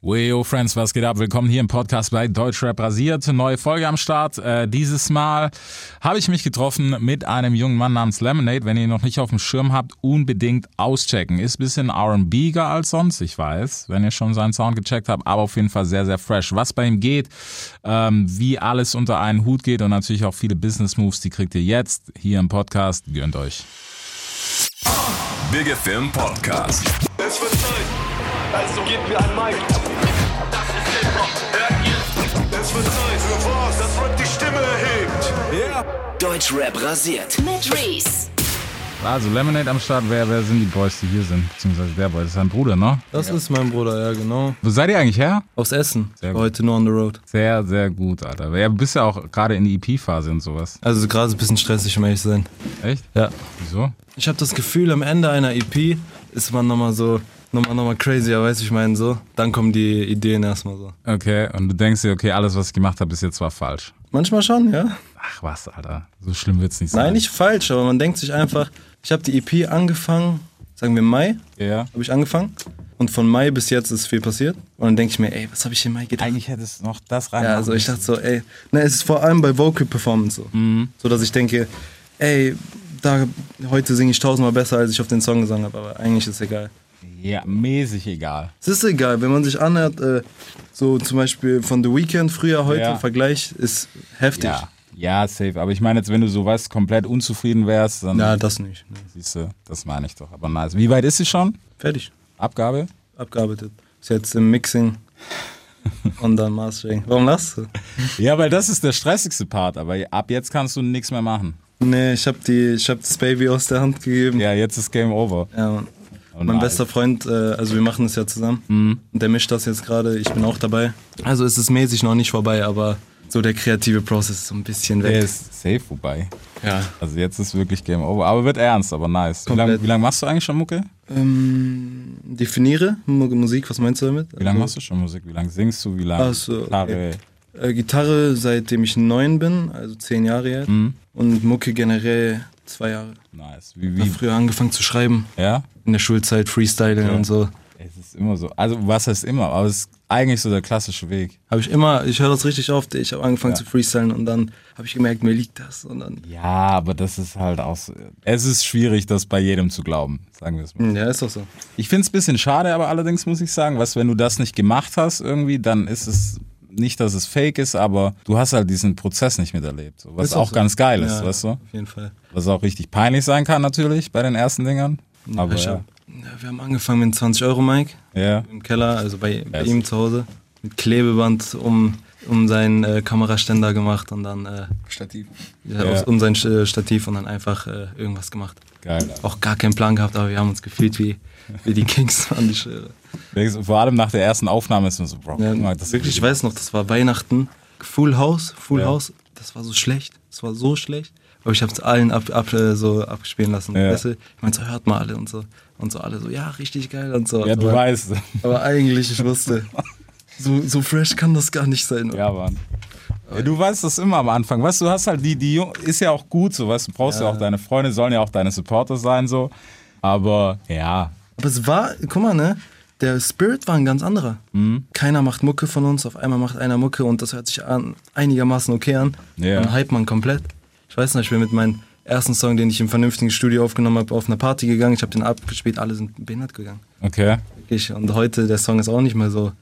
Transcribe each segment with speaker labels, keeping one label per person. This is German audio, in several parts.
Speaker 1: Weyo Friends, was geht ab? Willkommen hier im Podcast bei Deutschrap rasiert. Neue Folge am Start. Äh, dieses Mal habe ich mich getroffen mit einem jungen Mann namens Lemonade. Wenn ihr ihn noch nicht auf dem Schirm habt, unbedingt auschecken. Ist ein bisschen RBiger als sonst, ich weiß, wenn ihr schon seinen Sound gecheckt habt, aber auf jeden Fall sehr, sehr fresh. Was bei ihm geht, ähm, wie alles unter einen Hut geht und natürlich auch viele Business Moves, die kriegt ihr jetzt hier im Podcast. Gönnt euch.
Speaker 2: Big FM Podcast.
Speaker 3: Es wird Zeit. Also gebt mir ein Mic. Es wird Zeit. Für was? Das Rap die Stimme erhebt.
Speaker 4: Deutschrap rasiert.
Speaker 5: Mit Reese.
Speaker 1: Also Lemonade am Start. Wer, wer sind die Boys, die hier sind? Beziehungsweise der Boy. Das ist sein Bruder, ne?
Speaker 6: Das ist mein Bruder, ja, genau.
Speaker 1: Wo seid ihr eigentlich her?
Speaker 6: Aus Essen.
Speaker 1: Sehr gut.
Speaker 6: Heute nur on the road.
Speaker 1: Sehr, sehr gut, Alter. Ja, du bist ja auch gerade in die EP-Phase und sowas.
Speaker 6: Also gerade ist ein bisschen stressig, um ehrlich zu sein.
Speaker 1: Echt?
Speaker 6: Ja.
Speaker 1: Wieso?
Speaker 6: Ich habe das Gefühl, am Ende einer EP ist man nochmal so, nochmal, nochmal crazier, weißt du, ich meine so. Dann kommen die Ideen erstmal so.
Speaker 1: Okay, und du denkst dir, okay, alles, was ich gemacht habe, ist jetzt zwar falsch.
Speaker 6: Manchmal schon, ja.
Speaker 1: Ach was, Alter. So schlimm wird's nicht sein.
Speaker 6: Nein, nicht falsch, aber man denkt sich einfach, ich habe die EP angefangen, sagen wir im Mai,
Speaker 1: Ja.
Speaker 6: habe ich angefangen. Und von Mai bis jetzt ist viel passiert. Und dann denke ich mir, ey, was habe ich im Mai gedacht?
Speaker 1: Eigentlich hätte es noch das rein.
Speaker 6: Ja, also ich dachte so, ey, na, es ist vor allem bei Vocal Performance so,
Speaker 1: Mhm.
Speaker 6: so dass ich denke, ey, da heute singe ich tausendmal besser, als ich auf den Song gesungen habe, aber eigentlich ist es egal.
Speaker 1: Ja, mäßig egal.
Speaker 6: Es ist egal, wenn man sich anhört, äh, so zum Beispiel von The Weeknd früher heute
Speaker 1: Ja.
Speaker 6: im Vergleich ist heftig.
Speaker 1: Ja. Ja, safe. Aber ich meine jetzt, wenn du so was komplett unzufrieden wärst, dann
Speaker 6: Na, das nicht. ne, Nee.
Speaker 1: siehst du, das meine ich doch. Aber nice. Wie weit ist sie schon?
Speaker 6: Fertig,
Speaker 1: Abgabe?
Speaker 6: abgearbeitet. Ist jetzt im Mixing und dann Mastering. Warum lachst du?
Speaker 1: Ja, weil das ist der stressigste Part, aber ab jetzt kannst du nichts mehr machen.
Speaker 6: Nee, ich habe die, ich habe das Baby aus der Hand gegeben.
Speaker 1: Ja, jetzt ist Game Over.
Speaker 6: Ja, Mann.
Speaker 1: Und
Speaker 6: Mein
Speaker 1: nice.
Speaker 6: bester Freund, äh, also wir machen das ja zusammen.
Speaker 1: Mhm.
Speaker 6: Und der mischt das jetzt gerade. Ich bin auch dabei. Also es ist mäßig noch nicht vorbei, aber so der kreative Prozess ist so ein bisschen
Speaker 1: Der
Speaker 6: weg.
Speaker 1: ist safe vorbei.
Speaker 6: Ja.
Speaker 1: Also jetzt ist wirklich Game Over. Aber wird ernst, aber nice. Wie lange
Speaker 6: Komplett.
Speaker 1: wie lang machst du eigentlich schon Mucke?
Speaker 6: Ähm, definiere Mu- Musik, was meinst du damit?
Speaker 1: Wie lange machst du schon Musik? Wie lange singst du? Wie lange?
Speaker 6: Also- Ach so, okay.
Speaker 1: Gitarre.
Speaker 6: Äh, Gitarre seitdem ich neun bin, also zehn Jahre jetzt.
Speaker 1: Mhm.
Speaker 6: Und Mucke generell zwei Jahre.
Speaker 1: Nice. Wie,
Speaker 6: Ich
Speaker 1: wie?
Speaker 6: habe früher angefangen zu schreiben.
Speaker 1: Ja?
Speaker 6: In der Schulzeit, Freestylen und so.
Speaker 1: Es ist immer so. Also was heißt immer, aber es ist eigentlich so der klassische Weg.
Speaker 6: Habe ich immer, ich höre das richtig oft, ich habe angefangen
Speaker 1: Ja.
Speaker 6: zu freestylen und dann habe ich gemerkt, mir liegt das. Und dann,
Speaker 1: Ja, aber das ist halt auch so. Es ist schwierig, das bei jedem zu glauben, sagen wir es mal.
Speaker 6: ja, ist doch so.
Speaker 1: Ich finde es ein bisschen schade, aber allerdings muss ich sagen, was, wenn du das nicht gemacht hast irgendwie, dann ist es nicht, dass es fake ist, aber du hast halt diesen Prozess nicht miterlebt. So, was
Speaker 6: Ist doch
Speaker 1: auch
Speaker 6: so.
Speaker 1: ganz geil ist,
Speaker 6: Ja,
Speaker 1: weißt du?
Speaker 6: Auf jeden Fall.
Speaker 1: Was auch richtig peinlich sein kann natürlich bei den ersten Dingern. Aber
Speaker 6: ich
Speaker 1: ja.
Speaker 6: hab, ja, wir haben angefangen mit 20 Euro Mike
Speaker 1: ja.
Speaker 6: im Keller, also bei, bei
Speaker 1: Yes.
Speaker 6: ihm zu Hause. Mit Klebeband um, um seinen äh, Kameraständer gemacht und dann äh, Stativ. Ja,
Speaker 1: Ja.
Speaker 6: aus- um sein äh, Stativ und dann einfach äh, irgendwas gemacht.
Speaker 1: Geil. Alter.
Speaker 6: Auch gar keinen Plan gehabt, aber wir haben uns gefühlt wie, wie die Kings äh, an die Schere.
Speaker 1: Denkst- Vor allem nach der ersten Aufnahme ist man so, Bro,
Speaker 6: Ja,
Speaker 1: guck mal, das
Speaker 6: wirklich, ich weiß noch, das war Weihnachten. Full House, Full House, das war so schlecht. Das war so schlecht. Aber ich hab's allen ab, ab, äh, so abspielen lassen.
Speaker 1: Ja.
Speaker 6: Weißt du? Ich meine, so hört mal alle und so. Und so alle so, ja, richtig geil und so.
Speaker 1: Ja, du
Speaker 6: aber,
Speaker 1: weißt.
Speaker 6: aber eigentlich, ich wusste. So, so fresh kann das gar nicht sein.
Speaker 1: Ja, Mann. Ja, du weißt das immer am Anfang. Weißt du, du hast halt die, die Jung ist ja auch gut, so, weißt du, brauchst ja. auch deine Freunde, sollen ja auch deine Supporter sein, so. Aber ja,
Speaker 6: Aber es war, guck mal, ne? Der Spirit war ein ganz anderer. Keiner macht Mucke von uns, auf einmal macht einer Mucke und das hört sich an, einigermaßen okay an.
Speaker 1: Ja.
Speaker 6: Dann hype man komplett. Ich weiß noch, ich bin mit meinem ersten Song, den ich im vernünftigen Studio aufgenommen habe, auf eine Party gegangen. Ich habe den abgespielt, alle sind behindert gegangen.
Speaker 1: okay.
Speaker 6: Wirklich. Und heute, der Song ist auch nicht mehr so,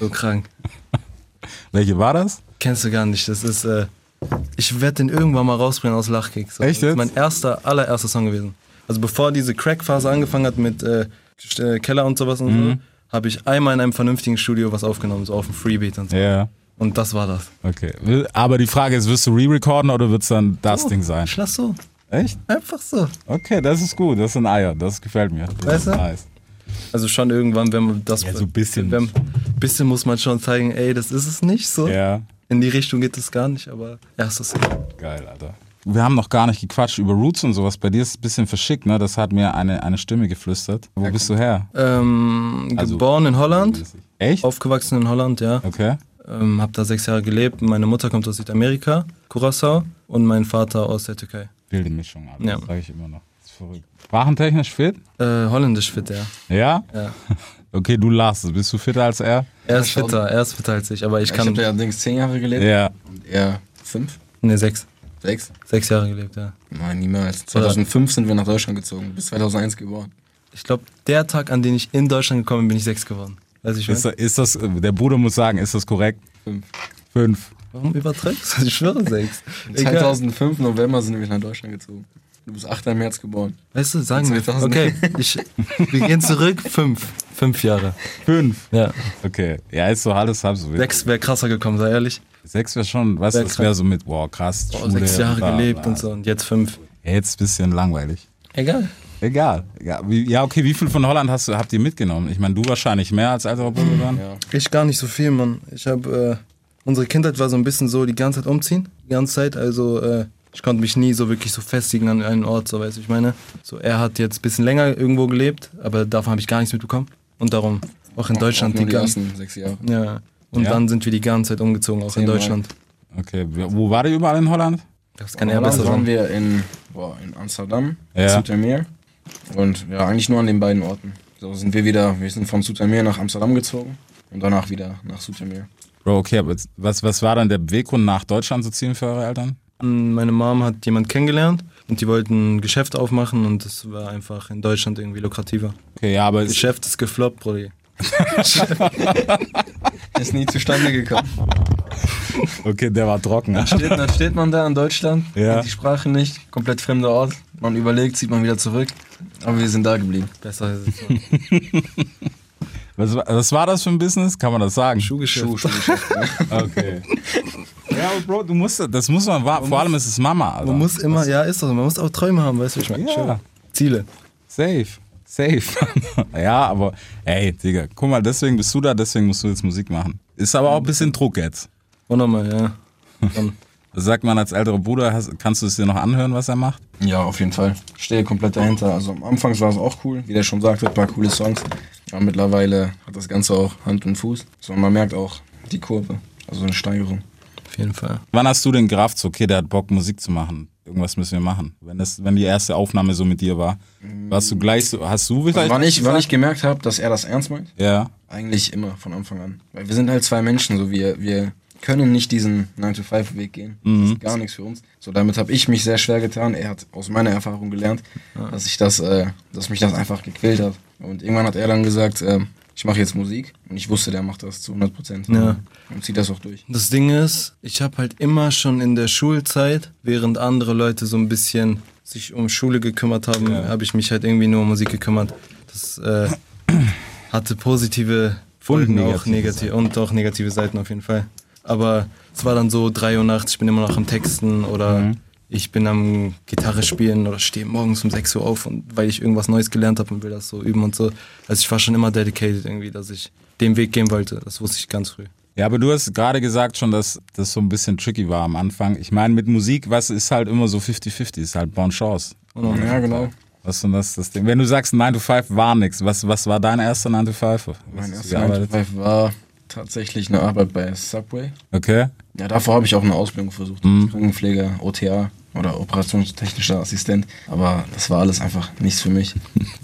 Speaker 6: so krank.
Speaker 1: Welche war das?
Speaker 6: Kennst du gar nicht. Das ist, äh, ich werde den irgendwann mal rausbringen aus Lachkick. So,
Speaker 1: Echt
Speaker 6: Das
Speaker 1: jetzt?
Speaker 6: ist mein erster, allererster Song gewesen. Also bevor diese Crack-Phase angefangen hat mit äh, St- äh, Keller und sowas und
Speaker 1: Mhm.
Speaker 6: so, habe ich einmal in einem vernünftigen Studio was aufgenommen, so auf dem Freebeat und so.
Speaker 1: Ja,
Speaker 6: Und das war das.
Speaker 1: okay. Will- Aber die Frage ist, wirst du re-recorden oder wird es dann das
Speaker 6: Oh,
Speaker 1: Ding sein?
Speaker 6: Ich lass so.
Speaker 1: Echt?
Speaker 6: Einfach so.
Speaker 1: Okay, das ist gut, das sind Eier, das gefällt mir. Das ist
Speaker 6: Weißt du?
Speaker 1: nice.
Speaker 6: Also schon irgendwann, wenn man das.
Speaker 1: Ja, so ein bisschen.
Speaker 6: Wenn, bisschen muss man schon zeigen, ey, das ist es nicht so.
Speaker 1: Ja,
Speaker 6: In die Richtung geht es gar nicht, aber erstes.
Speaker 1: geil, Alter. Wir haben noch gar nicht gequatscht über Roots und sowas. Bei dir ist es ein bisschen verschickt, ne? Das hat mir eine, eine Stimme geflüstert. Wo bist du her?
Speaker 6: Ähm,
Speaker 1: Also-
Speaker 6: geboren in Holland,
Speaker 1: Echt?
Speaker 6: aufgewachsen in Holland, ja.
Speaker 1: Okay.
Speaker 6: Ähm, hab da sechs Jahre gelebt. Meine Mutter kommt aus Südamerika, Curacao, und mein Vater aus der Türkei.
Speaker 1: Wilde Mischung, Alter.
Speaker 6: Ja.
Speaker 1: Das sage ich immer noch. Das verrückt. Sprachentechnisch fit?
Speaker 6: Äh, holländisch fit, ja.
Speaker 1: Ja?
Speaker 6: Ja.
Speaker 1: Okay, du lachst. Bist du fitter als er?
Speaker 6: Er ist fitter, er ist fitter als ich, aber ich
Speaker 5: Ich habe
Speaker 6: kann.
Speaker 5: ja allerdings zehn Jahre gelebt.
Speaker 1: Ja.
Speaker 5: Und er fünf,
Speaker 6: Ne, sechs.
Speaker 5: sechs?
Speaker 6: Sechs Jahre gelebt, ja.
Speaker 5: Nein, niemals. 2005 sind wir nach Deutschland gezogen, bis 2001 geboren.
Speaker 6: Ich glaube, der Tag, an den ich in Deutschland gekommen bin, bin ich sechs geworden. Weiß ich
Speaker 1: Ist,
Speaker 6: nicht.
Speaker 1: ist das, der Bruder muss sagen, ist das korrekt?
Speaker 5: Fünf.
Speaker 1: Fünf.
Speaker 6: Warum übertreibst du? Ich schwöre sechs. Egal.
Speaker 5: 2005 November sind wir nach Deutschland gezogen. Du bist 8. März geboren.
Speaker 6: Weißt du, sagen wir.
Speaker 5: 2000.
Speaker 6: Okay, ich, wir gehen zurück. Fünf. Fünf Jahre.
Speaker 1: Fünf.
Speaker 6: Ja.
Speaker 1: Okay. Ja, ist so alles halb so wild.
Speaker 6: Sechs wäre krasser gekommen, sei ehrlich.
Speaker 1: Sechs wäre schon, weißt du,
Speaker 6: Wär
Speaker 1: das
Speaker 6: krass.
Speaker 1: wäre so mit, boah, krass.
Speaker 6: Boah,
Speaker 1: Schule
Speaker 6: sechs Jahre
Speaker 1: bla, bla.
Speaker 6: gelebt und so und jetzt fünf.
Speaker 1: Ja, Jetzt ein bisschen langweilig.
Speaker 6: Egal.
Speaker 1: Egal. Ja, wie, ja, okay, wie viel von Holland hast du, habt ihr mitgenommen? Ich meine, du wahrscheinlich mehr als älterer Bruder dann.
Speaker 5: Ja.
Speaker 6: Ich gar nicht so viel, Mann. Ich habe äh, unsere Kindheit war so ein bisschen so die ganze Zeit umziehen, die ganze Zeit. Also äh, ich konnte mich nie so wirklich so festigen an einen Ort, so weiß ich meine. So er hat jetzt ein bisschen länger irgendwo gelebt, aber davon habe ich gar nichts mitbekommen und darum auch in Deutschland
Speaker 5: Auch nur
Speaker 6: die
Speaker 5: die
Speaker 6: ganzen.
Speaker 5: ersten sechs Jahre.
Speaker 6: Ja. Und
Speaker 1: Ja.
Speaker 6: dann sind wir die ganze Zeit umgezogen, auch in
Speaker 5: Zehnmal.
Speaker 6: Deutschland.
Speaker 1: Okay, wo war der überall in Holland?
Speaker 6: Das kann er
Speaker 5: Dann
Speaker 6: besser
Speaker 5: waren
Speaker 6: sagen.
Speaker 5: wir in, boah, in Amsterdam,
Speaker 1: Ja.
Speaker 5: Zoetermeer. Und ja, eigentlich nur an den beiden Orten. So sind wir wieder, wir sind von Zoetermeer nach Amsterdam gezogen und danach wieder nach Zoetermeer.
Speaker 1: Bro, okay, aber jetzt- was, was war dann der Beweggrund, nach Deutschland zu ziehen für eure Eltern?
Speaker 6: Meine Mom hat jemand kennengelernt und die wollten ein Geschäft aufmachen und es war einfach in Deutschland irgendwie lukrativer.
Speaker 1: Okay, ja, aber es,
Speaker 6: Geschäft ist gefloppt, Brudi.
Speaker 5: Ist nie zustande gekommen.
Speaker 1: okay, der war trocken.
Speaker 5: steht, dann steht man da in Deutschland,
Speaker 1: Ja.
Speaker 5: kennt die Sprache nicht, komplett fremder Ort. Man überlegt, zieht man wieder zurück. Aber wir sind da geblieben.
Speaker 6: Besser ist es.
Speaker 1: Was, war- was war das für ein Business? Kann man das sagen?
Speaker 6: Schuhgeschäft.
Speaker 5: Schuh, Schuh, Schuh.
Speaker 1: Okay. ja, aber Bro, du musst, das muss man, wa- vor allem ist es Mama, Alter.
Speaker 6: Man muss immer, ja, ist doch so, man muss auch Träume haben, weißt du, ich meine,
Speaker 1: Ja.
Speaker 6: schön. Ziele.
Speaker 1: Safe. Safe. ja, aber ey, Digga, guck mal, deswegen bist du da, deswegen musst du jetzt Musik machen. Ist aber auch ein bisschen Druck jetzt.
Speaker 6: Und nochmal, ja. Dann,
Speaker 1: Sagt man als älterer Bruder, hast, kannst du es dir noch anhören, was er macht?
Speaker 5: Ja, auf jeden Fall. Stehe komplett dahinter. Also am Anfang war es auch cool, wie der schon sagte, ein paar coole Songs. Aber mittlerweile hat das Ganze auch Hand und Fuß. So, man merkt auch die Kurve, also eine Steigerung.
Speaker 6: auf jeden Fall.
Speaker 1: Wann hast du den Kraft, so, okay, der hat Bock, Musik zu machen? Irgendwas müssen wir machen. Wenn, das, wenn die erste Aufnahme so mit dir war, warst du gleich so, hast du vielleicht.
Speaker 5: Wann ich, wann ich gemerkt habe, dass er das ernst meint,
Speaker 1: ja,
Speaker 5: eigentlich immer von Anfang an. Weil wir sind halt zwei Menschen, so wir, wir können nicht diesen 9-to-5-Weg gehen.
Speaker 1: Mhm.
Speaker 5: Das ist gar nichts für uns. So, damit habe ich mich sehr schwer getan. Er hat aus meiner Erfahrung gelernt,
Speaker 1: Ah.
Speaker 5: dass ich das, äh, dass mich das einfach gequält hat. Und irgendwann hat er dann gesagt, ähm, ich mache jetzt Musik. Und ich wusste, der macht das zu 100 Prozent.
Speaker 6: Ja.
Speaker 5: Und zieht das auch durch.
Speaker 6: Das Ding ist, ich habe halt immer schon in der Schulzeit, während andere Leute so ein bisschen sich um Schule gekümmert haben, habe ich mich halt irgendwie nur um Musik gekümmert. Das äh, hatte positive Folgen,
Speaker 1: Und
Speaker 6: auch
Speaker 1: negative
Speaker 6: negativ und auch negative Seiten auf jeden Fall. Aber es war dann so 3 Uhr nachts, ich bin immer noch am Texten oder
Speaker 1: Mhm.
Speaker 6: ich bin am Gitarre spielen oder stehe morgens um 6 Uhr auf und weil ich irgendwas Neues gelernt habe und will das so üben und so. Also ich war schon immer dedicated irgendwie, dass ich den Weg gehen wollte. Das wusste ich ganz früh.
Speaker 1: Ja, aber du hast gerade gesagt schon, dass das so ein bisschen tricky war am Anfang. Ich meine, mit Musik, was ist halt immer so 50-50, ist halt Bon Chance.
Speaker 5: Ja, genau.
Speaker 1: Was ist denn das, das Ding? Wenn du sagst 9 to 5 war nix, was, was war dein erster 9 to 5? Was
Speaker 5: Mein
Speaker 1: hast du
Speaker 5: erster 9
Speaker 1: gearbeitet?
Speaker 5: to 5 war tatsächlich eine Arbeit bei Subway.
Speaker 1: Okay.
Speaker 5: Ja, davor habe ich auch eine Ausbildung versucht.
Speaker 1: Mhm.
Speaker 5: Krankenpfleger, OTA oder operationstechnischer Assistent. Aber das war alles einfach nichts für mich.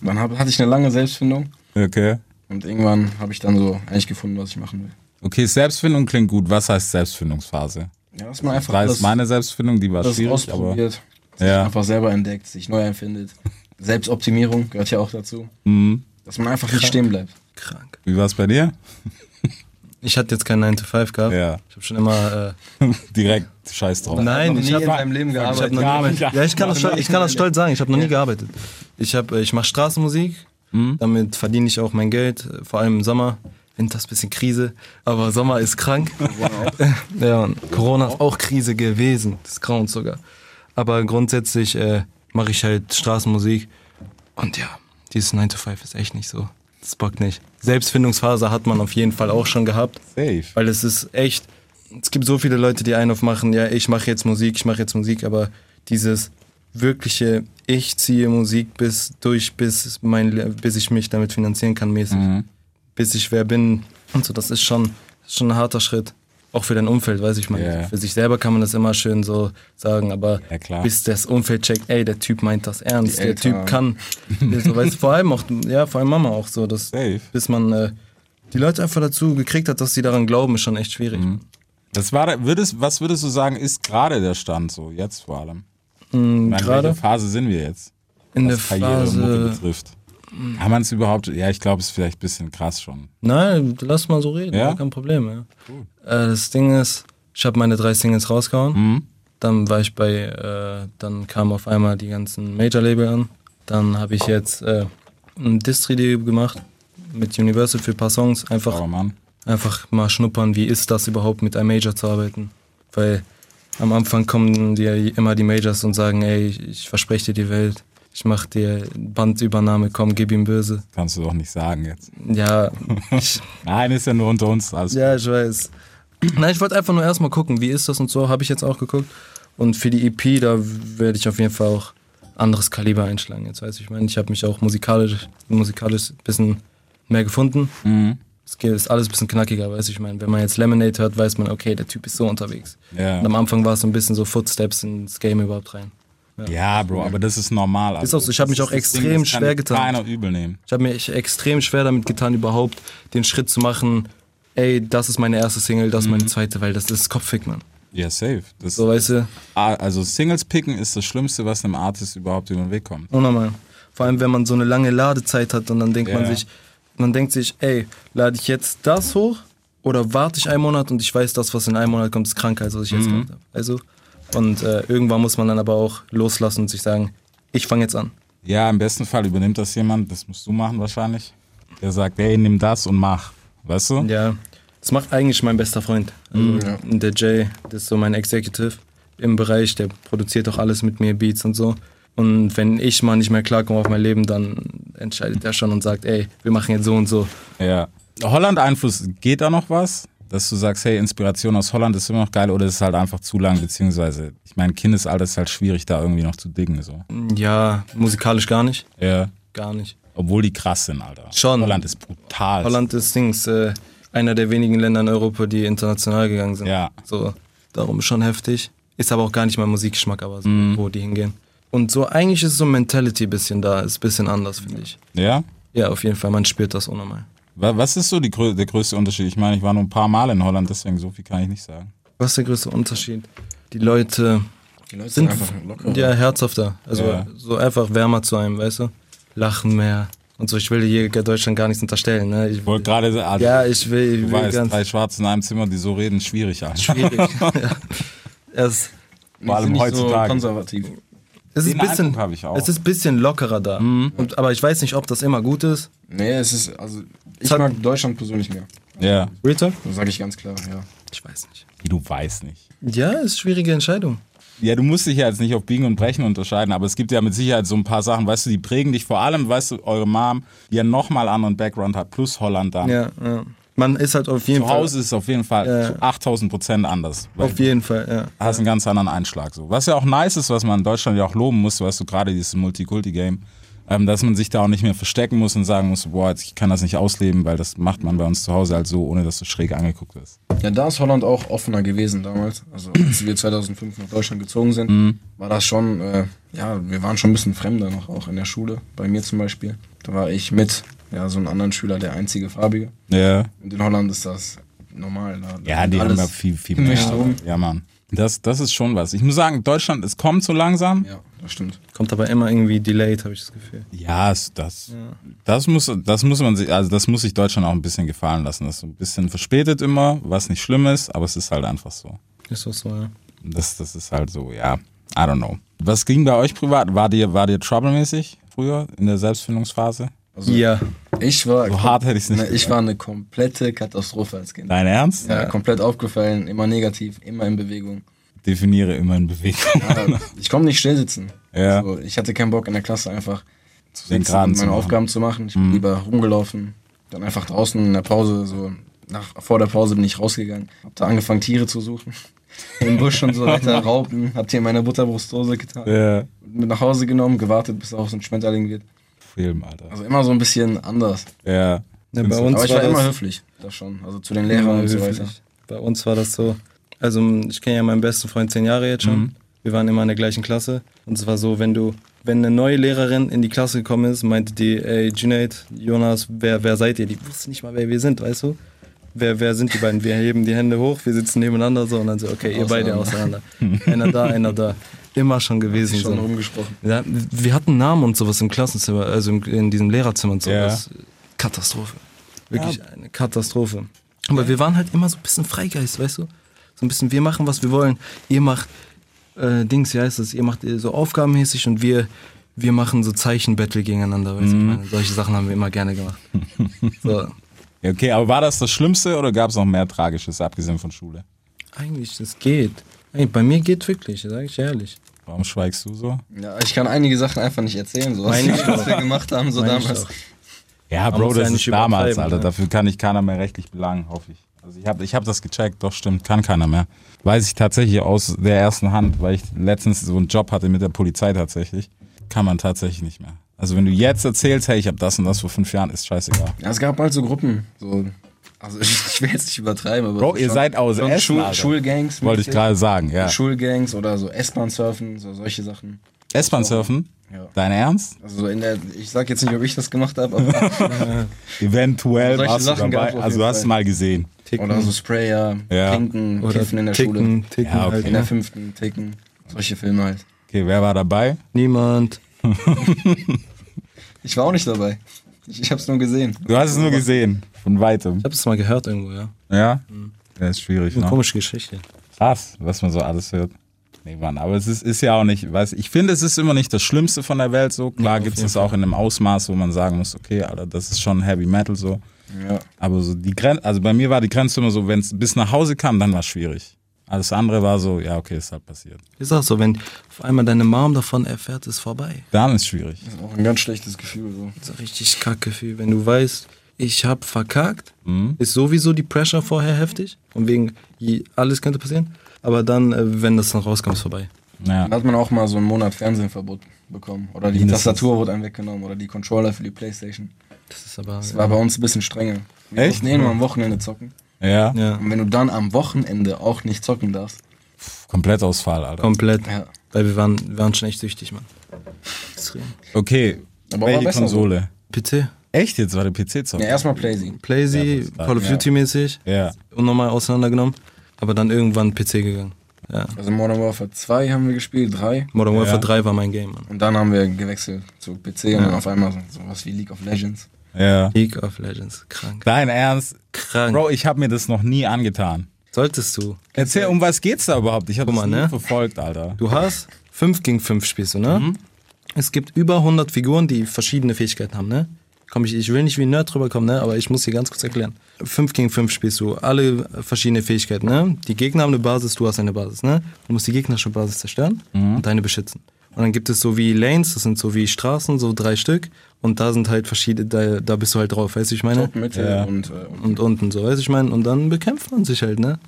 Speaker 5: Dann hab, hatte ich eine lange Selbstfindung
Speaker 1: Okay.
Speaker 5: und irgendwann habe ich dann so eigentlich gefunden, was ich machen will.
Speaker 1: Okay, Selbstfindung klingt gut. Was heißt Selbstfindungsphase?
Speaker 5: Ja, dass man einfach
Speaker 1: Da ist
Speaker 5: alles,
Speaker 1: meine Selbstfindung, die war
Speaker 5: alles
Speaker 1: schwierig, aber
Speaker 5: ausprobiert, sich
Speaker 1: Ja.
Speaker 5: einfach selber entdeckt, sich neu empfindet. Selbstoptimierung gehört ja auch dazu.
Speaker 1: Mhm.
Speaker 5: Dass man einfach nicht stehen bleibt.
Speaker 6: Krank.
Speaker 1: wie war es bei dir?
Speaker 6: Ich hatte jetzt keinen 9 to 5 gehabt.
Speaker 1: Ja.
Speaker 6: Ich habe schon immer.
Speaker 1: Direkt Scheiß drauf.
Speaker 6: Äh, nein,
Speaker 5: noch
Speaker 6: ich
Speaker 5: nie
Speaker 6: habe
Speaker 5: in meinem Leben gearbeitet.
Speaker 6: Ich hab noch nie,
Speaker 1: Gar nicht.
Speaker 6: ja, ich kann, das, stolz- ich kann das stolz sagen. Ich habe noch nie gearbeitet. Ich habe, äh, ich mache Straßenmusik. Damit verdiene ich auch mein Geld. äh, Vor allem im Sommer. Winter ist ein bisschen Krise, aber Sommer ist krank. ja, und Corona ist auch Krise gewesen. Das ist grauend sogar. Aber grundsätzlich äh, mache ich halt Straßenmusik. Und ja, dieses 9 to 5 ist echt nicht so. Das bockt nicht. Selbstfindungsphase hat man auf jeden Fall auch schon gehabt.
Speaker 1: Safe.
Speaker 6: Weil es ist echt, es gibt so viele Leute, die einen aufmachen, ja, ich mache jetzt Musik, ich mache jetzt Musik, aber dieses wirkliche, ich ziehe Musik bis durch, bis, mein, Le- bis ich mich damit
Speaker 1: Mhm.
Speaker 6: finanzieren kann mäßig, bis ich wer bin und so, das ist schon, schon ein harter Schritt. auch für dein Umfeld, weiß ich mal.
Speaker 1: Ja, ja.
Speaker 6: Für sich selber kann man das immer schön so sagen, aber
Speaker 1: Ja, klar.
Speaker 6: bis das Umfeld checkt, ey, der Typ meint das ernst,
Speaker 5: Die
Speaker 6: der
Speaker 5: Eltern.
Speaker 6: Typ kann. Hm. so, weißt, du, vor allem auch, ja, vor allem Mama auch so, dass,
Speaker 1: Safe.
Speaker 6: bis man äh, die Leute einfach dazu gekriegt hat, dass sie daran glauben, ist schon echt schwierig.
Speaker 1: Mhm. Das war, der- würdest, was würdest du sagen, ist gerade der Stand so, jetzt vor allem? Mhm,
Speaker 6: Hm, gerade?
Speaker 1: Phase sind wir jetzt,
Speaker 6: In
Speaker 1: was
Speaker 6: der
Speaker 1: Karriere und Mucke
Speaker 6: Phase.
Speaker 1: betrifft? Kann man es überhaupt, ja, ich glaube, es ist vielleicht ein bisschen krass schon.
Speaker 6: Nein, lass mal so reden,
Speaker 1: Ja?
Speaker 6: ja? kein Problem. Ja. Äh, das Ding ist, ich habe meine drei Singles rausgehauen.
Speaker 1: Mhm.
Speaker 6: Dann war ich bei, äh, dann kamen auf einmal die ganzen Major-Label an. Dann habe ich jetzt äh, ein Distri-Debüt gemacht mit Universal für ein paar Songs. Einfach,
Speaker 1: Aber Mann,
Speaker 6: einfach mal schnuppern, wie ist das überhaupt mit einem Major zu arbeiten. Weil am Anfang kommen dir immer die Majors und sagen, ey, ich, ich verspreche dir die Welt. Ich mach dir Bandübernahme, komm, gib ihm böse.
Speaker 1: kannst du doch nicht sagen jetzt.
Speaker 6: Ja, ich,
Speaker 1: Nein, ist ja nur unter uns. Also,
Speaker 6: ja, ich weiß. Nein, ich wollte einfach nur erstmal gucken, wie ist das und so, habe ich jetzt auch geguckt. Und für die EP, da werde ich auf jeden Fall auch anderes Kaliber einschlagen. Jetzt weiß ich, ich meine, ich habe mich auch musikalisch, musikalisch ein bisschen mehr gefunden. Es geht- ist alles ein bisschen knackiger, weiß ich, ich meine. Wenn man jetzt Lemonade hört, weiß man, okay, der Typ ist so unterwegs.
Speaker 1: Ja.
Speaker 6: Und am Anfang war es so ein bisschen so Footsteps ins Game überhaupt rein.
Speaker 1: ja, Bro, aber das ist normal. also
Speaker 6: Ist auch so, ich hab mich
Speaker 1: das
Speaker 6: auch
Speaker 1: ist das Ding,
Speaker 6: extrem
Speaker 1: das kann
Speaker 6: schwer getan.
Speaker 1: Keiner übel nehmen.
Speaker 6: Ich habe mir echt extrem schwer damit getan, überhaupt den Schritt zu machen, ey, das ist meine erste Single, das ist meine zweite, weil das ist Kopfhick, Mann.
Speaker 1: Ja, safe. Das,
Speaker 6: So, weißt du,
Speaker 1: Ah, also Singles picken ist das Schlimmste, was einem Artist überhaupt über den Weg kommt.
Speaker 6: unnormal. Vor allem, wenn man so eine lange Ladezeit hat und dann denkt man
Speaker 1: Ja.
Speaker 6: sich, man denkt sich, ey, lade ich jetzt das hoch oder warte ich einen Monat und ich weiß, das, was in einem Monat kommt, ist kranker, als was ich jetzt gemacht habe. Also, und äh, irgendwann muss man dann aber auch loslassen und sich sagen, ich fange jetzt an.
Speaker 1: Ja, im besten Fall übernimmt das jemand, das musst du machen wahrscheinlich. Der sagt, ey, nimm das und mach. Weißt du?
Speaker 6: Ja, das macht eigentlich mein bester Freund. Also, Der Jay, das ist so mein Executive im Bereich, der produziert auch alles mit mir, Beats und so. Und wenn ich mal nicht mehr klarkomme auf mein Leben, dann entscheidet er schon und sagt, ey, wir machen jetzt so und so.
Speaker 1: Ja. Holland-Einfluss, geht da noch was? Dass du sagst, hey, Inspiration aus Holland ist immer noch geil oder ist es halt einfach zu lang, beziehungsweise, ich meine, Kindesalter ist halt schwierig, da irgendwie noch zu diggen. So.
Speaker 6: Ja, musikalisch gar nicht.
Speaker 1: Ja.
Speaker 6: Gar nicht.
Speaker 1: Obwohl die krass sind, Alter.
Speaker 6: Schon.
Speaker 1: Holland ist brutal.
Speaker 6: Holland ist Dings, äh, einer der wenigen Länder in Europa, die international gegangen sind.
Speaker 1: Ja.
Speaker 6: So, darum schon heftig. Ist aber auch gar nicht mein Musikgeschmack, aber so,
Speaker 1: Mhm.
Speaker 6: wo die hingehen. Und so, eigentlich ist so ein Mentality ein bisschen da, ist ein bisschen anders, finde ich.
Speaker 1: Ja?
Speaker 6: Ja, auf jeden Fall, man spürt das unnormal.
Speaker 1: Wa- Was ist so die, grö- der größte Unterschied? Ich meine, ich war nur ein paar Mal in Holland, deswegen so viel kann ich nicht sagen.
Speaker 6: Was ist der größte Unterschied? Die Leute
Speaker 5: Die Leute
Speaker 6: sind
Speaker 5: sind einfach locker.
Speaker 6: ja herzhafter, also
Speaker 1: Ja.
Speaker 6: so einfach wärmer zu einem, weißt du? Lachen mehr und so. Ich will hier Deutschland gar nichts unterstellen, ne? Ich,
Speaker 1: Ich wollte gerade sagen,
Speaker 6: ja, ich will, ich
Speaker 1: Du
Speaker 6: will
Speaker 1: weißt,
Speaker 6: ganz
Speaker 1: drei Schwarze in einem Zimmer, die so reden, schwierig an.
Speaker 6: schwierig. ja. Es,
Speaker 1: Vor allem heutzutage.
Speaker 5: konservativ.
Speaker 6: es ist
Speaker 1: Den
Speaker 6: ein bisschen,
Speaker 1: Eindruck hab ich auch. Mhm.
Speaker 6: es ist ein bisschen lockerer da. Und, aber ich weiß nicht, ob das immer gut ist.
Speaker 5: Nee, es ist, also, ich
Speaker 6: hat-
Speaker 5: mag Deutschland persönlich mehr.
Speaker 1: ja.
Speaker 6: Rita?
Speaker 5: Das sage ich ganz klar, ja.
Speaker 6: Ich weiß nicht.
Speaker 1: Wie, Du weißt nicht.
Speaker 6: Ja, ist eine schwierige Entscheidung.
Speaker 1: Ja, du musst dich ja jetzt nicht auf Biegen und Brechen unterscheiden, aber es gibt ja mit Sicherheit so ein paar Sachen, weißt du, die prägen dich vor allem, weißt du, eure Mom, die ja nochmal anderen Background hat, plus Holland dann.
Speaker 6: Ja, ja. Man ist halt auf jeden
Speaker 1: Zu Hause
Speaker 6: Fall.
Speaker 1: ist es auf jeden Fall
Speaker 6: Ja.
Speaker 1: zu 8000 Prozent anders. Weil
Speaker 6: Auf jeden Fall, ja.
Speaker 1: du hast einen ganz anderen Einschlag. So. Was ja auch nice ist, was man in Deutschland ja auch loben muss, weißt du, gerade dieses Multikulti-Game, ähm, dass man sich da auch nicht mehr verstecken muss und sagen muss, boah, jetzt, ich kann das nicht ausleben, weil das macht man bei uns zu Hause halt so, ohne dass du schräg angeguckt wirst.
Speaker 5: Ja, da ist Holland auch offener gewesen damals. Also als wir 2005 nach Deutschland gezogen sind,
Speaker 1: Mhm.
Speaker 5: war das schon, äh, ja, wir waren schon ein bisschen fremder noch, auch in der Schule. Bei mir zum Beispiel. Da war ich mit, ja, so einem anderen Schüler, der einzige Farbige.
Speaker 1: Ja.
Speaker 5: Und in Holland ist das normal. Da, da
Speaker 1: Ja, die haben
Speaker 5: alles
Speaker 1: ja viel, viel mehr.
Speaker 5: gemischt rum.
Speaker 1: Ja, Mann. Das, das ist schon was. Ich muss sagen, Deutschland, es kommt so langsam.
Speaker 5: Ja, das stimmt.
Speaker 6: Kommt aber immer irgendwie delayed, habe ich das Gefühl.
Speaker 1: Ja, es- das, das muss, das muss man sich, also das muss sich Deutschland auch ein bisschen gefallen lassen. Das ist ein bisschen verspätet immer, was nicht schlimm ist, aber es ist halt einfach so.
Speaker 6: Ist das so, ja.
Speaker 1: Das, das ist halt so, ja. I don't know. Was ging bei euch privat? War dir, war dir troublemäßig früher in der Selbstfindungsphase?
Speaker 5: Also,
Speaker 6: Ja.
Speaker 5: Ich war.
Speaker 1: So hart hätte ich's nicht
Speaker 5: Ne, Ich
Speaker 1: gesagt.
Speaker 5: war eine komplette Katastrophe als Kind.
Speaker 1: Dein Ernst?
Speaker 5: Ja, komplett aufgefallen, immer negativ, immer in Bewegung.
Speaker 1: Definiere immer in Bewegung.
Speaker 5: Ja, ich komme nicht still sitzen.
Speaker 1: Ja.
Speaker 5: So, ich hatte keinen Bock in der Klasse einfach zu
Speaker 1: Den
Speaker 5: sitzen
Speaker 1: Geraden
Speaker 5: und
Speaker 1: zu
Speaker 5: meine
Speaker 1: machen.
Speaker 5: Aufgaben zu machen. Ich
Speaker 6: Mhm.
Speaker 5: bin lieber rumgelaufen, dann einfach draußen in der Pause, so nach, vor der Pause bin ich rausgegangen, hab da angefangen Tiere zu suchen. Im Busch und so weiter, Raupen, hab die in meiner Butterbrustdose getan,
Speaker 1: Ja.
Speaker 5: mit nach Hause genommen, gewartet, bis auch so ein Schmetterling wird.
Speaker 1: Film, Alter.
Speaker 5: Also immer so ein bisschen anders.
Speaker 1: Ja.
Speaker 6: bei uns
Speaker 5: Aber ich war
Speaker 6: war
Speaker 5: immer
Speaker 6: das-
Speaker 5: höflich, das schon. Also zu den Lehrern und so weiter.
Speaker 6: Bei uns war das so. Also ich kenne ja meinen besten Freund zehn Jahre jetzt
Speaker 5: Mhm.
Speaker 6: schon. Wir waren immer in der gleichen Klasse. Und es war so, wenn du, wenn eine neue Lehrerin in die Klasse gekommen ist, meinte die, ey, Junaid, Jonas, wer, wer seid ihr? Die wusste nicht mal, wer wir sind, weißt du? Wer, wer sind die beiden? Wir heben die Hände hoch, wir sitzen nebeneinander so und dann so, okay, ihr beide auseinander. einer da, einer da. Immer schon gewesen.
Speaker 5: Schon
Speaker 6: so.
Speaker 5: rumgesprochen.
Speaker 6: Ja, wir hatten Namen und sowas im Klassenzimmer, also im, in diesem Lehrerzimmer und
Speaker 1: Ja.
Speaker 6: sowas. Katastrophe. Wirklich eine Katastrophe. Aber wir waren halt immer so ein bisschen Freigeist, weißt du? So ein bisschen, wir machen, was wir wollen. Ihr macht äh, Dings, wie heißt das? Ihr macht äh, so aufgabenmäßig und wir, wir machen so Zeichenbattle gegeneinander, weißt
Speaker 5: Mhm.
Speaker 6: du? Ich meine, solche Sachen haben wir immer gerne gemacht. so.
Speaker 1: Ja, Okay, aber war das das Schlimmste oder gab es noch mehr Tragisches, abgesehen von Schule?
Speaker 6: Eigentlich, das geht. Ey, bei mir geht wirklich, sag ich ehrlich.
Speaker 1: Warum schweigst du so?
Speaker 5: Ja, ich kann einige Sachen einfach nicht erzählen, so was,
Speaker 6: Meine ich
Speaker 5: was
Speaker 6: doch.
Speaker 5: wir gemacht haben, so
Speaker 6: Meine ich
Speaker 5: damals.
Speaker 6: doch.
Speaker 1: Ja,
Speaker 6: Man
Speaker 1: Bro,
Speaker 6: muss
Speaker 1: das
Speaker 6: ja
Speaker 1: ist
Speaker 6: nicht
Speaker 1: damals,
Speaker 6: übertreiben,
Speaker 1: Alter.
Speaker 6: ne?
Speaker 1: Dafür kann ich keiner mehr rechtlich belangen, hoffe ich. Also ich habe ich hab das gecheckt, doch stimmt, kann keiner mehr. Weiß ich tatsächlich aus der ersten Hand, weil ich letztens so einen Job hatte mit der Polizei tatsächlich. Kann man tatsächlich nicht mehr. Also wenn du jetzt erzählst, hey, ich habe das und das vor fünf Jahren, ist scheißegal.
Speaker 5: Ja, es gab halt so Gruppen. So. Also ich, ich will jetzt nicht übertreiben, aber.
Speaker 1: Bro, ihr
Speaker 5: schon-
Speaker 1: seid aus
Speaker 5: schon
Speaker 1: Essen,
Speaker 5: Schul
Speaker 1: Alter.
Speaker 5: Schulgangs.
Speaker 1: Wollte ich
Speaker 5: mäßig.
Speaker 1: gerade sagen, ja.
Speaker 5: Schulgangs oder so S-Bahn-Surfen, so solche Sachen.
Speaker 1: S-Bahn surfen?
Speaker 5: Ja.
Speaker 1: Dein Ernst?
Speaker 5: Also so in der, ich sag jetzt nicht, ob ich das gemacht habe, aber
Speaker 1: Eventuell
Speaker 5: Solche
Speaker 1: warst du
Speaker 5: Sachen
Speaker 1: dabei.
Speaker 5: gab's auf
Speaker 1: Also du
Speaker 5: jeden
Speaker 1: hast
Speaker 5: Fall.
Speaker 1: mal gesehen.
Speaker 6: Ticken
Speaker 5: oder so Sprayer,
Speaker 1: Ja.
Speaker 5: Tinken,
Speaker 6: oder
Speaker 5: Kiffen in der
Speaker 6: ticken,
Speaker 5: Schule.
Speaker 6: ticken
Speaker 1: Ja, okay.
Speaker 6: halt.
Speaker 5: In der fünften, Ticken. Solche Filme halt.
Speaker 1: Okay, wer war dabei?
Speaker 6: Niemand.
Speaker 5: Ich war auch nicht dabei. Ich, ich hab's nur gesehen.
Speaker 1: Du hast es nur gesehen, von weitem.
Speaker 6: Ich habe es mal gehört irgendwo, ja.
Speaker 1: Ja?
Speaker 5: Mhm.
Speaker 1: Das ist schwierig,
Speaker 6: Eine
Speaker 1: ne?
Speaker 6: komische Geschichte.
Speaker 1: Krass, was man so alles hört. Nee, Mann, aber es ist, ist ja auch nicht, weiß, ich finde, es ist immer nicht das Schlimmste von der Welt so. Klar gibt es das auch in einem Ausmaß, wo man sagen muss, okay, Alter, das ist schon Heavy Metal so.
Speaker 5: Ja.
Speaker 1: Aber so die Grenze, also bei mir war die Grenze immer so, wenn es bis nach Hause kam, dann war es schwierig. Alles andere war so, ja, okay, ist halt passiert.
Speaker 6: Ist auch so, wenn auf einmal deine Mom davon erfährt, ist vorbei.
Speaker 1: Dann ist schwierig.
Speaker 5: Das ist auch ein ganz schlechtes Gefühl. So.
Speaker 6: Das ist ein richtig Kackgefühl, wenn du weißt, ich hab verkackt,
Speaker 1: Mhm.
Speaker 6: ist sowieso die Pressure vorher heftig und wegen je- alles könnte passieren. Aber dann, äh, wenn das dann rauskommt, ist vorbei.
Speaker 1: Ja.
Speaker 5: Dann hat man auch mal so einen Monat Fernsehverbot bekommen. Oder die
Speaker 1: Mindestens.
Speaker 5: Tastatur wurde einem weggenommen oder die Controller für die Playstation.
Speaker 6: Das ist aber.
Speaker 5: Das war bei uns ein bisschen strenger. Wir
Speaker 1: Echt?
Speaker 5: mussten eh nur am Wochenende zocken.
Speaker 1: Ja,
Speaker 6: ja,
Speaker 5: Und wenn du dann am Wochenende auch nicht zocken darfst,
Speaker 1: Komplettausfall, Alter.
Speaker 6: komplett.
Speaker 5: ja.
Speaker 6: Weil wir waren, wir waren schon echt süchtig, Mann. Extrem.
Speaker 1: Okay,
Speaker 5: Aber war
Speaker 1: welche
Speaker 5: besser so.
Speaker 1: Konsole?
Speaker 6: PC.
Speaker 1: Echt jetzt war der PC
Speaker 5: Ja,
Speaker 1: zocken?
Speaker 5: erstmal Playsee.
Speaker 6: Playsee,
Speaker 1: Ja, das war-
Speaker 6: Call of Duty mäßig.
Speaker 1: Ja.
Speaker 6: Und nochmal auseinandergenommen. Aber dann irgendwann PC gegangen. Ja.
Speaker 5: Also Modern Warfare 2 haben wir gespielt, 3.
Speaker 6: Modern Warfare
Speaker 1: Ja.
Speaker 6: 3 war mein Game, Mann.
Speaker 5: Und dann haben wir gewechselt zu PC und dann auf einmal so, sowas wie League of Legends.
Speaker 1: ja.
Speaker 6: League of Legends. Krank.
Speaker 1: Dein Ernst?
Speaker 6: Krank.
Speaker 1: Bro, ich habe mir das noch nie angetan.
Speaker 6: Solltest du.
Speaker 1: Erzähl, um was geht's da überhaupt? Ich habe
Speaker 6: Guck
Speaker 1: das
Speaker 6: mal,
Speaker 1: nie
Speaker 6: ne?
Speaker 1: verfolgt, Alter.
Speaker 6: Du hast 5 gegen 5 spielst du, ne? Es gibt über 100 Figuren, die verschiedene Fähigkeiten haben, ne? Komm, ich, ich will nicht wie ein Nerd drüber kommen, ne? Aber ich muss dir ganz kurz erklären. 5 gegen 5 spielst du, alle verschiedene Fähigkeiten, ne? Die Gegner haben eine Basis, du hast eine Basis, ne? Du musst die gegnerische Basis zerstören und deine beschützen. Und dann gibt es so wie Lanes, das sind so wie Straßen, so drei Stück. Und da sind halt verschiedene, da, da bist du halt drauf, weißt du, ich meine?
Speaker 5: Top, Mitte und, äh, und
Speaker 6: und unten, so weiß ich mein, und dann bekämpft man sich halt, ne?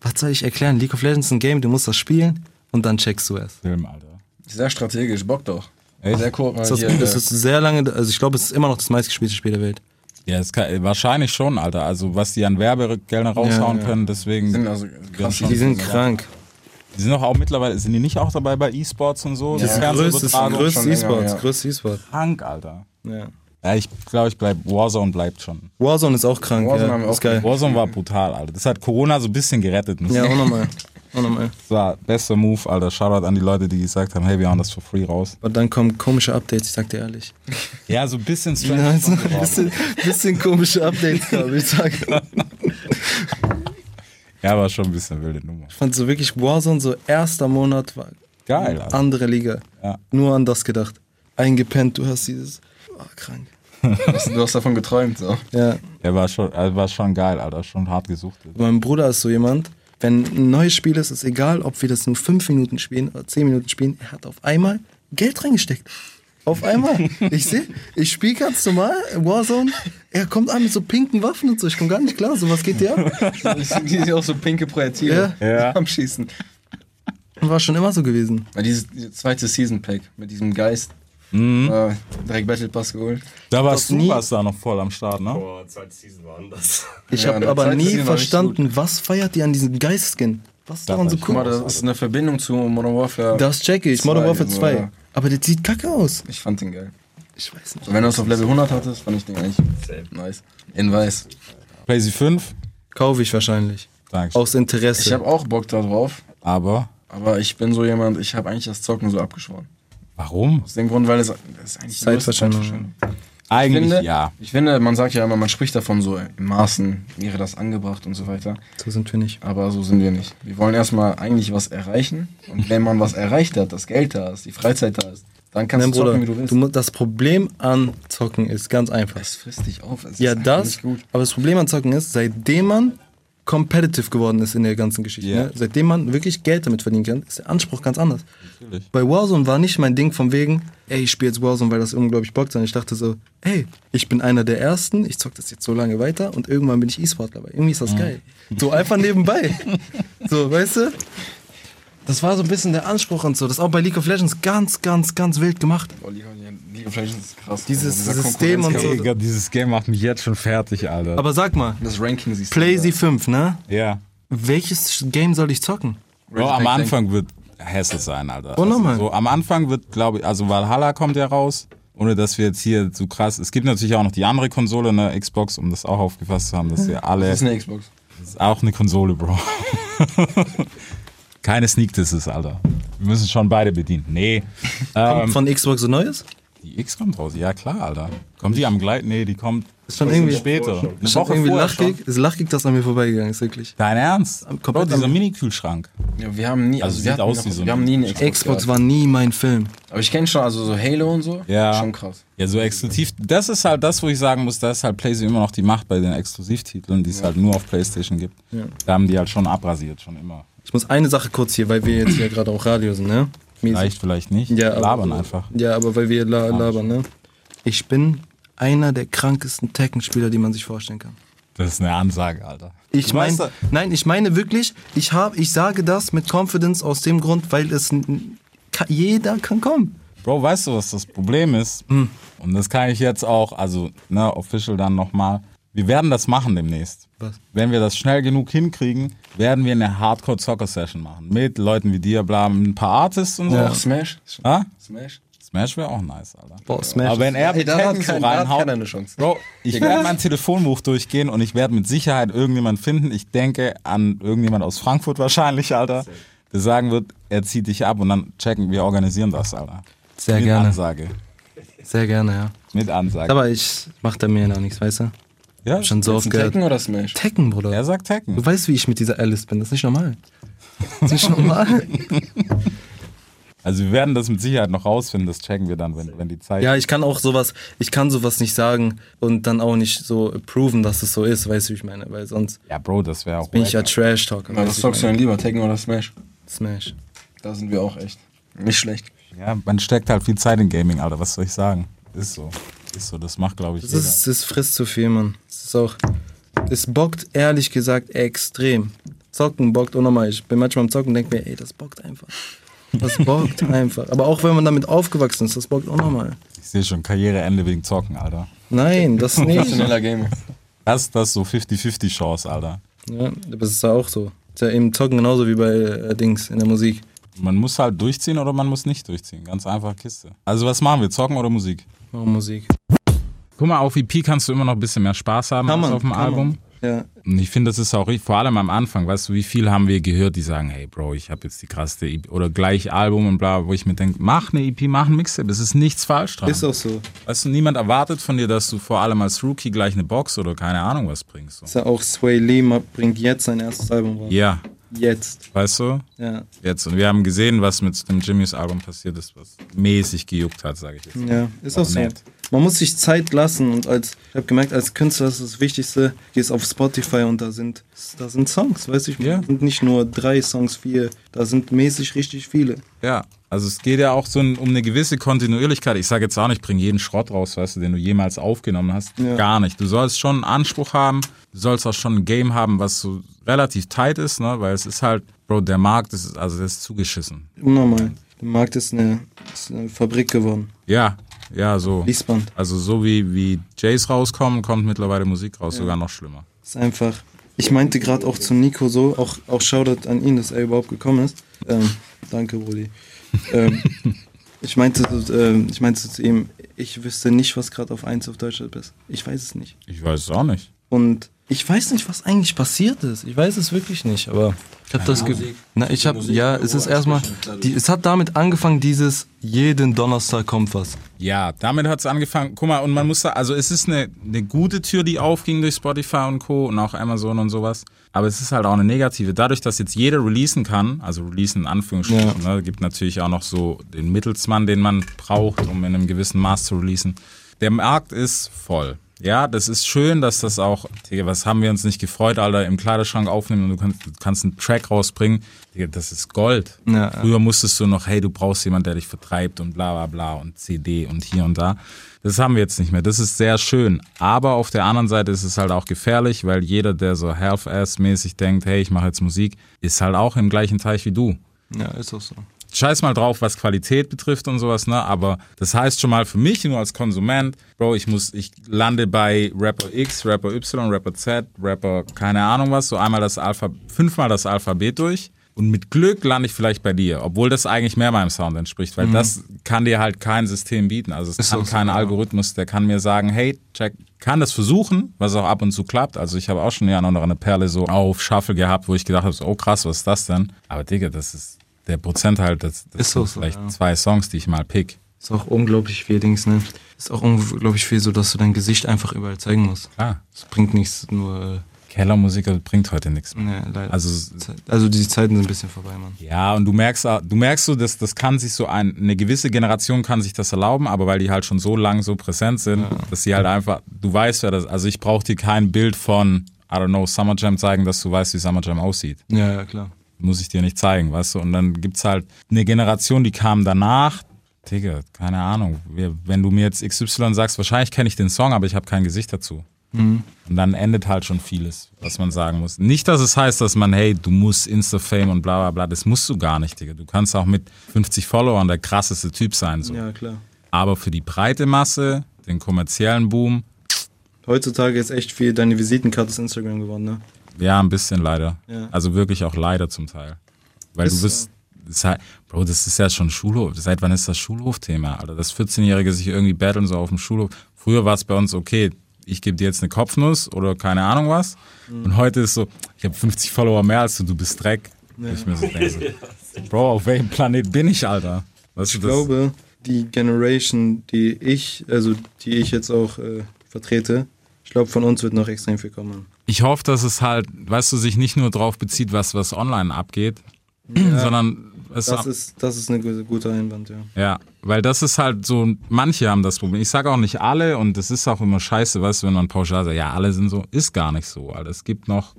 Speaker 6: Was soll ich erklären? League of Legends ist ein Game, du musst das spielen und dann checkst du es.
Speaker 1: Film, Alter.
Speaker 5: sehr strategisch, Bock doch.
Speaker 1: Echt?
Speaker 5: Sehr cool.
Speaker 6: Das,
Speaker 5: hier,
Speaker 6: ist- das
Speaker 5: äh,
Speaker 6: ist sehr lange, also ich glaube, es ist immer noch das meistgespielte Spiel der Welt.
Speaker 1: Ja, es kann, wahrscheinlich schon, Alter. Also, was die an Werbegeldern raushauen
Speaker 6: Ja, ja.
Speaker 1: können, deswegen.
Speaker 5: sind also krass.
Speaker 1: schon-
Speaker 6: Die sind
Speaker 1: Ja.
Speaker 6: krank.
Speaker 1: Die sind doch auch mittlerweile, sind die nicht auch dabei bei E-Sports und so?
Speaker 6: Das ist größtes,
Speaker 1: Fernsehübertragung?
Speaker 6: größtes
Speaker 5: schon länger,
Speaker 6: E-Sport,
Speaker 5: ja.
Speaker 6: größtes E-Sport.
Speaker 1: krank, Alter.
Speaker 6: Ja.
Speaker 1: Ja, ich glaube, ich bleib, Warzone bleibt schon.
Speaker 6: Warzone ist auch krank,
Speaker 5: Warzone
Speaker 6: ja,
Speaker 5: haben wir
Speaker 6: ist
Speaker 5: auch
Speaker 6: geil.
Speaker 1: Warzone war brutal, Alter. Das hat Corona so ein bisschen gerettet. muss ich
Speaker 6: Ja, auch nochmal. Auch nochmal.
Speaker 1: Das war bester Move, Alter. Shoutout an die Leute, die gesagt haben, hey, wir hauen das for free raus.
Speaker 6: Aber dann kommen komische Updates, ich sag dir ehrlich.
Speaker 1: Ja, so ein bisschen strange.
Speaker 6: Ja, also,
Speaker 1: schon
Speaker 6: ein
Speaker 1: geworden.
Speaker 6: bisschen, bisschen komische Updates kamen, ich sag.
Speaker 1: ja, war schon ein bisschen wilde Nummer.
Speaker 6: fand so wirklich Warzone, so erster Monat war
Speaker 1: Geil, Alter.
Speaker 6: andere Liga.
Speaker 1: Ja.
Speaker 6: Nur an das gedacht. Eingepennt, du hast dieses. Oh, krank.
Speaker 5: Du hast davon geträumt, so.
Speaker 6: Ja.
Speaker 1: Ja, war schon, äh, war schon geil, Alter. Schon hart gesucht.
Speaker 6: Mein Bruder ist so jemand, wenn ein neues Spiel ist, ist egal, ob wir das nur 5 Minuten spielen oder 10 Minuten spielen, er hat auf einmal Geld reingesteckt. Auf einmal. Ich sehe, ich spiele ganz normal Warzone. Er kommt an mit so pinken Waffen und so. Ich komme gar nicht klar, so was geht der ab?
Speaker 5: Die sind auch so pinke Projektile
Speaker 1: Ja.
Speaker 5: am Schießen.
Speaker 6: War schon immer so gewesen.
Speaker 5: Weil Dieses dieses zweite Season Pack mit diesem Geist
Speaker 1: Mhm.
Speaker 5: Äh, direkt Battle Pass geholt.
Speaker 1: Da warst
Speaker 6: das
Speaker 1: du
Speaker 6: nie-
Speaker 1: warst da noch voll am Start, ne?
Speaker 7: Boah, zweite Season war anders.
Speaker 6: Ich
Speaker 5: Ja,
Speaker 6: habe
Speaker 5: der
Speaker 6: aber
Speaker 5: zweite
Speaker 6: nie
Speaker 5: Skin war richtig
Speaker 6: verstanden, was feiert ihr an diesem Geist-Skin? Was ist daran so
Speaker 1: fand
Speaker 5: Guck mal,
Speaker 6: cool?
Speaker 5: das ist eine Verbindung zu Modern Warfare.
Speaker 6: Das checke ich, Modern
Speaker 5: Zwei,
Speaker 6: Warfare
Speaker 5: so,
Speaker 6: 2.
Speaker 5: ja.
Speaker 6: Aber der sieht kacke aus.
Speaker 5: Ich fand den geil.
Speaker 6: Ich weiß nicht.
Speaker 5: So, wenn du es auf Level 100 hattest, fand ich den
Speaker 7: Same.
Speaker 5: eigentlich nice. In weiß.
Speaker 1: Crazy 5.
Speaker 6: Kaufe ich wahrscheinlich.
Speaker 1: Danke.
Speaker 6: Aus Interesse.
Speaker 5: Ich habe auch Bock da drauf,
Speaker 1: Aber
Speaker 5: aber ich bin so jemand, ich habe eigentlich das Zocken so abgeschworen.
Speaker 1: warum?
Speaker 5: Aus dem Grund, weil es das ist eigentlich die größte
Speaker 6: Zeitverschwendung.
Speaker 5: Zeitverschwendung. Ich
Speaker 1: Eigentlich
Speaker 5: finde,
Speaker 1: ja.
Speaker 5: ich finde, man sagt ja immer, man spricht davon so, in Maßen wäre das angebracht und so weiter.
Speaker 6: so sind wir nicht.
Speaker 5: Aber so sind wir nicht. Wir wollen erstmal eigentlich was erreichen. Und wenn man was erreicht hat, das Geld da ist, die Freizeit da ist, dann kannst
Speaker 6: Nein,
Speaker 5: du
Speaker 6: Bruder,
Speaker 5: zocken, wie du
Speaker 6: du
Speaker 5: willst.
Speaker 6: mu- das Problem an Zocken ist ganz einfach.
Speaker 5: das frisst dich auf. Es
Speaker 6: Ja,
Speaker 5: ist
Speaker 6: das,
Speaker 5: Nicht gut.
Speaker 6: aber das Problem an Zocken ist, seitdem man competitive geworden ist in der ganzen Geschichte,
Speaker 1: Ja.
Speaker 6: ne? seitdem man wirklich Geld damit verdienen kann, ist der Anspruch ganz anders. Bei Warzone war nicht mein Ding von wegen, ey, ich spiele jetzt Warzone, weil das unglaublich bockt, sondern ich dachte so, ey, ich bin einer der Ersten, ich zock das jetzt so lange weiter und irgendwann bin ich E-Sportler, aber irgendwie ist das geil. So einfach nebenbei. so, weißt du? Das war so ein bisschen der Anspruch und so. Das ist auch bei League of Legends ganz, ganz, ganz wild gemacht.
Speaker 5: Oh, League of- League of Legends ist krass.
Speaker 6: Dieses
Speaker 5: dieser
Speaker 6: System und so.
Speaker 5: Konkurrenzkampf.
Speaker 1: Ey, Gott, dieses Game macht mich jetzt schon fertig, Alter.
Speaker 6: Aber sag mal,
Speaker 5: Das Ranking siehst
Speaker 6: PlayZ
Speaker 5: du.
Speaker 6: 5, ne?
Speaker 1: ja.
Speaker 6: Welches Game soll ich zocken?
Speaker 1: Bro, am Anfang wird Hassel sein, Alter. Also,
Speaker 6: Oh, nochmal.
Speaker 1: so, am Anfang wird, glaube ich, also Valhalla kommt ja raus. Ohne dass wir jetzt hier so krass. Es gibt natürlich auch noch die andere Konsole, eine Xbox, um das auch aufgefasst zu haben, dass wir alle.
Speaker 5: Das ist eine Xbox.
Speaker 1: Ist auch eine Konsole, Bro. Keine Sneak Disses, Alter. Wir müssen schon beide bedienen. Nee. Ähm,
Speaker 6: Von Xbox so Neues?
Speaker 1: die X kommt raus. Ja, klar, Alter. Kommt die am Gleit? Nee, die kommt
Speaker 6: Ist schon irgendwie,
Speaker 1: später. Eine
Speaker 6: ist schon
Speaker 1: Woche
Speaker 6: irgendwie
Speaker 1: vorher
Speaker 6: lachgig,
Speaker 1: schon.
Speaker 6: ist lachgig, dass an mir vorbeigegangen ist, wirklich.
Speaker 1: Dein Ernst?
Speaker 6: Am-
Speaker 1: Bro,
Speaker 6: komplett
Speaker 1: dieser
Speaker 6: am-
Speaker 1: Mini-Kühlschrank.
Speaker 5: Ja, wir haben nie,
Speaker 1: Also
Speaker 5: also,
Speaker 1: sieht
Speaker 5: wir, hatten
Speaker 1: aus
Speaker 5: noch,
Speaker 1: wie so ein
Speaker 5: wir haben nie eine Xbox.
Speaker 6: Xbox
Speaker 5: gehabt.
Speaker 6: war nie mein Film.
Speaker 5: Aber ich kenne schon, also so Halo und so.
Speaker 1: Ja.
Speaker 5: Schon krass.
Speaker 1: Ja, so exklusiv. Das ist halt das, wo ich sagen muss, da ist halt PlayStation immer noch die Macht bei den Exklusivtiteln, die es halt nur auf PlayStation gibt. Da haben die halt schon abrasiert, schon immer.
Speaker 6: Ich muss eine Sache kurz hier, weil wir jetzt hier gerade auch Radio sind, ne? Mäßig.
Speaker 1: Vielleicht, vielleicht nicht.
Speaker 6: Ja, aber-
Speaker 1: Labern einfach.
Speaker 6: Ja, aber weil wir la labern, ne? Ich bin einer der krankesten Tekken-Spieler, die man sich vorstellen kann.
Speaker 1: Das ist eine Ansage, Alter.
Speaker 6: Ich
Speaker 1: Du weißt
Speaker 6: meine, nein, ich meine wirklich, ich habe, ich sage das mit Confidence aus dem Grund, weil es n- ka- jeder kann kommen.
Speaker 1: Bro, weißt du, was das Problem ist?
Speaker 5: Hm.
Speaker 1: Und das kann ich jetzt auch, also, ne, official dann nochmal. Wir werden das machen demnächst.
Speaker 6: Was?
Speaker 1: Wenn wir das schnell genug hinkriegen, werden wir eine Hardcore-Zocker-Session machen. Mit Leuten wie dir, bla, ein paar Artists und
Speaker 5: Auch
Speaker 1: so.
Speaker 5: Smash?
Speaker 1: Ah?
Speaker 5: Smash?
Speaker 1: Smash wäre auch nice, Alter.
Speaker 6: Boah, Smash.
Speaker 1: Aber wenn er
Speaker 5: Ey,
Speaker 1: mit
Speaker 5: da hat
Speaker 1: Tekken so
Speaker 5: kein- da hat
Speaker 1: reinhaut,
Speaker 5: keiner eine Chance.
Speaker 1: Bro, ich werde mein Telefonbuch durchgehen und ich werde mit Sicherheit irgendjemand finden. Ich denke an irgendjemand aus Frankfurt wahrscheinlich, Alter, der sagen wird, er zieht dich ab und dann checken, wir organisieren das, Alter.
Speaker 6: Sehr
Speaker 1: mit
Speaker 6: gerne.
Speaker 1: Ansage.
Speaker 6: Sehr gerne, ja.
Speaker 1: Mit Ansage.
Speaker 6: Aber ich mach da mir noch nichts, weißt du?
Speaker 1: ja,
Speaker 6: Schon so oft
Speaker 5: Ist ein
Speaker 6: gehört.
Speaker 5: Tekken oder Smash?
Speaker 6: Tekken, Bruder.
Speaker 1: er sagt Tekken.
Speaker 6: Du weißt, wie ich mit dieser Alice bin. Das ist nicht normal. Das ist nicht normal.
Speaker 1: Also wir werden das mit Sicherheit noch rausfinden, das checken wir dann, wenn, wenn die Zeit...
Speaker 6: ja, ich kann auch sowas, ich kann sowas nicht sagen und dann auch nicht so proven, dass es so ist, weißt du, wie ich meine? Weil sonst
Speaker 1: Ja, Bro, das wäre auch...
Speaker 6: bin ich ja
Speaker 1: wack.
Speaker 6: Trash-Talker.
Speaker 5: Na,
Speaker 6: weißt
Speaker 5: was
Speaker 6: du,
Speaker 5: zockst
Speaker 6: ich
Speaker 5: du denn
Speaker 6: meine?
Speaker 5: lieber, Tekken oder Smash?
Speaker 6: Smash.
Speaker 5: Da sind wir auch echt nicht schlecht.
Speaker 1: ja, man steckt halt viel Zeit in Gaming, Alter, was soll ich sagen? Ist so. Ist so, das macht, glaube ich,
Speaker 6: Das,
Speaker 1: jeder.
Speaker 6: ist, das frisst zu viel, Mann. Das ist auch, es bockt ehrlich gesagt extrem. Zocken bockt auch nochmal. Ich bin manchmal am Zocken und denke mir, ey, das bockt einfach. Das bockt einfach. Aber auch wenn man damit aufgewachsen ist, das bockt auch nochmal.
Speaker 1: Ich sehe schon Karriereende wegen Zocken, Alter.
Speaker 6: Nein, das nicht.
Speaker 5: Professioneller Gamer.
Speaker 1: Das, das ist so 50-50 Chance, Alter.
Speaker 6: Ja, aber es ist ja auch so. Ist ja im Zocken genauso wie bei äh, Dings in der Musik.
Speaker 1: Man muss halt durchziehen oder man muss nicht durchziehen. Ganz einfache Kiste. Also was machen wir? Zocken oder Oh, Musik?
Speaker 6: Warum Musik?
Speaker 1: Guck mal, auf EP kannst du immer noch ein bisschen mehr Spaß haben
Speaker 6: Kann
Speaker 1: als
Speaker 6: man,
Speaker 1: auf dem
Speaker 6: kann
Speaker 1: Album.
Speaker 6: Ja.
Speaker 1: Und ich finde, das ist auch richtig, vor allem am Anfang, weißt du, wie viel haben wir gehört, die sagen, hey Bro, ich habe jetzt die krasseste EP oder gleich Album und bla, wo ich mir denke, mach eine EP, mach ein Mixtape, es ist nichts falsch dran.
Speaker 6: Ist auch so.
Speaker 1: Weißt du, niemand erwartet von dir, dass du vor allem als Rookie gleich eine Box oder keine Ahnung was bringst. So.
Speaker 6: Ist ja auch Sway Lee ma- bringt jetzt sein erstes Album raus.
Speaker 1: Ja,
Speaker 6: Jetzt.
Speaker 1: weißt du,
Speaker 6: Ja.
Speaker 1: jetzt. Und wir haben gesehen, was mit dem Jimmys Album passiert ist, was mäßig gejuckt hat, sage ich jetzt.
Speaker 6: Ja, ist auch so.
Speaker 1: Oh, nett.
Speaker 6: Man muss sich Zeit lassen und als ich habe gemerkt, als Künstler ist das Wichtigste, gehst auf Spotify und da sind da sind Songs, weiß ich,
Speaker 1: Ja.
Speaker 6: sind nicht nur drei Songs, vier, da sind mäßig richtig viele.
Speaker 1: Ja, also es geht ja auch so ein, um eine gewisse Kontinuierlichkeit. Ich sage jetzt auch nicht, bring jeden Schrott raus, weißt du, den du jemals aufgenommen hast.
Speaker 6: Ja.
Speaker 1: Gar nicht. Du sollst schon einen Anspruch haben, du sollst auch schon ein Game haben, was so relativ tight ist, ne? Weil es ist halt, Bro, der Markt ist, also der ist zugeschissen.
Speaker 6: Unnormal. Der Markt ist eine Ist eine Fabrik geworden.
Speaker 1: Ja, ja, so.
Speaker 6: Fließband.
Speaker 1: Also so wie, wie Jays rauskommen, kommt mittlerweile Musik raus, sogar noch schlimmer.
Speaker 6: Ist einfach. Ich meinte gerade auch zu Nico so, auch, auch Shoutout an ihn, dass er überhaupt gekommen ist. Ähm, danke, Rudi. Ähm, ich, meinte, so, ähm, ich meinte so zu ihm, ich wüsste nicht, was gerade auf 1 auf Deutschland ist. Ich weiß es nicht.
Speaker 1: Ich weiß es auch nicht.
Speaker 6: Und ich weiß nicht, was eigentlich passiert ist. Ich weiß es wirklich nicht, aber ich habe das Gefühl. Na, ich habe ja, es ist erstmal die es hat damit angefangen, dieses jeden Donnerstag kommt was.
Speaker 1: Ja, damit hat es angefangen. Guck mal, und man muss da, also es ist eine, eine gute Tür, die aufging durch Spotify und Co. und auch Amazon und sowas. Aber es ist halt auch eine negative. Dadurch, dass jetzt jeder releasen kann, also releasen in Anführungsstrichen, ne, gibt natürlich auch noch so den Mittelsmann, den man braucht, um in einem gewissen Maß zu releasen. Der Markt ist voll. Ja, das ist schön, dass das auch, Digga, was haben wir uns nicht gefreut, Alter, im Kleiderschrank aufnehmen und du kannst, du kannst einen Track rausbringen. Digga, das ist Gold.
Speaker 6: Ja, ja.
Speaker 1: Früher musstest du noch, hey, du brauchst jemanden, der dich vertreibt und bla bla bla und CD und hier und da. Das haben wir jetzt nicht mehr. Das ist sehr schön. Aber auf der anderen Seite ist es halt auch gefährlich, weil jeder, der so half-ass-mäßig denkt, hey, ich mache jetzt Musik, ist halt auch im gleichen Teich wie du
Speaker 6: Ja, ist auch so.
Speaker 1: scheiß mal drauf, was Qualität betrifft und sowas, ne? Aber das heißt schon mal für mich, nur als Konsument, Bro, ich muss, ich lande bei Rapper X, Rapper Y, Rapper Z, Rapper, keine Ahnung was, so einmal das Alphabet, fünfmal das Alphabet durch. Und mit Glück lande ich vielleicht bei dir, obwohl das eigentlich mehr meinem Sound entspricht, weil das kann dir halt kein System bieten. Also es kann
Speaker 6: auch Mhm. so,
Speaker 1: kein
Speaker 6: ja.
Speaker 1: Algorithmus, der kann mir sagen, hey, check, kann das versuchen, was auch ab und zu klappt. Also ich habe auch schon ja noch eine Perle so auf Shuffle gehabt, wo ich gedacht habe, so, oh krass, was ist das denn? Aber Digga, das ist der Prozent halt, das, das
Speaker 6: Ist so,
Speaker 1: sind
Speaker 6: so,
Speaker 1: vielleicht
Speaker 6: ja.
Speaker 1: zwei Songs, die ich mal pick.
Speaker 6: Ist auch unglaublich viel Dings, ne? Ist auch unglaublich viel so, dass du dein Gesicht einfach überall zeigen musst.
Speaker 1: Klar.
Speaker 6: Es bringt nichts, nur
Speaker 1: Kellermusiker bringt heute nichts
Speaker 6: äh,
Speaker 1: mehr.
Speaker 6: ne, leider.
Speaker 1: Also
Speaker 6: also die Zeiten sind ein bisschen vorbei, Mann.
Speaker 1: Ja, und du merkst, auch- du merkst so, dass das kann sich so ein, eine gewisse Generation kann sich das erlauben, aber weil die halt schon so lang so präsent sind, dass sie halt einfach, du weißt wer das, also ich brauche dir kein Bild von, I don't know, Summer Jam zeigen, dass du weißt, wie Summer Jam aussieht.
Speaker 6: Ja, ja, klar.
Speaker 1: Muss ich dir nicht zeigen, weißt du? Und dann gibt's halt eine Generation, die kam danach. Digga, keine Ahnung. Wir, wenn du mir jetzt XY sagst, wahrscheinlich kenne ich den Song, aber ich habe kein Gesicht dazu. Und dann endet halt schon vieles, was man sagen muss. Nicht, dass es heißt, dass man, hey, du musst Insta-Fame und bla bla bla, das musst du gar nicht, Digga. Du kannst auch mit 50 Followern der krasseste Typ sein. So.
Speaker 6: Ja, klar.
Speaker 1: Aber für die breite Masse, den kommerziellen Boom,
Speaker 6: Heutzutage ist echt viel, deine Visitenkarte ist Instagram geworden, ne?
Speaker 1: ja, ein bisschen leider.
Speaker 6: Ja.
Speaker 1: Also wirklich auch leider zum Teil. Weil du
Speaker 6: Ist
Speaker 1: bist, ist halt, Bro, das ist ja schon Schulhof. Seit wann ist das Schulhofthema? Alter, dass 14-Jährige sich irgendwie battlen so auf dem Schulhof. Früher war es bei uns okay, ich gebe dir jetzt eine Kopfnuss oder keine Ahnung was.
Speaker 6: Mhm.
Speaker 1: Und heute ist so, ich habe 50 Follower mehr als du, du bist Dreck. Wo Ich mir so denke, so, Bro, auf welchem Planet bin ich, Alter? Weißt du,
Speaker 6: Ich
Speaker 1: das,
Speaker 6: glaube, die Generation, die ich, also die ich jetzt auch äh, vertrete, ich glaube, von uns wird noch extrem viel kommen.
Speaker 1: ich hoffe, dass es halt, weißt du, sich nicht nur drauf bezieht, was, was online abgeht, sondern es
Speaker 6: Das ist, das ist ein gu- guter Einwand, ja.
Speaker 1: Ja, weil das ist halt so, manche haben das Problem. Ich sage auch nicht alle und das ist auch immer scheiße, weißt du, wenn man pauschal sagt, ja, alle sind so, ist gar nicht so. Alter. Es gibt noch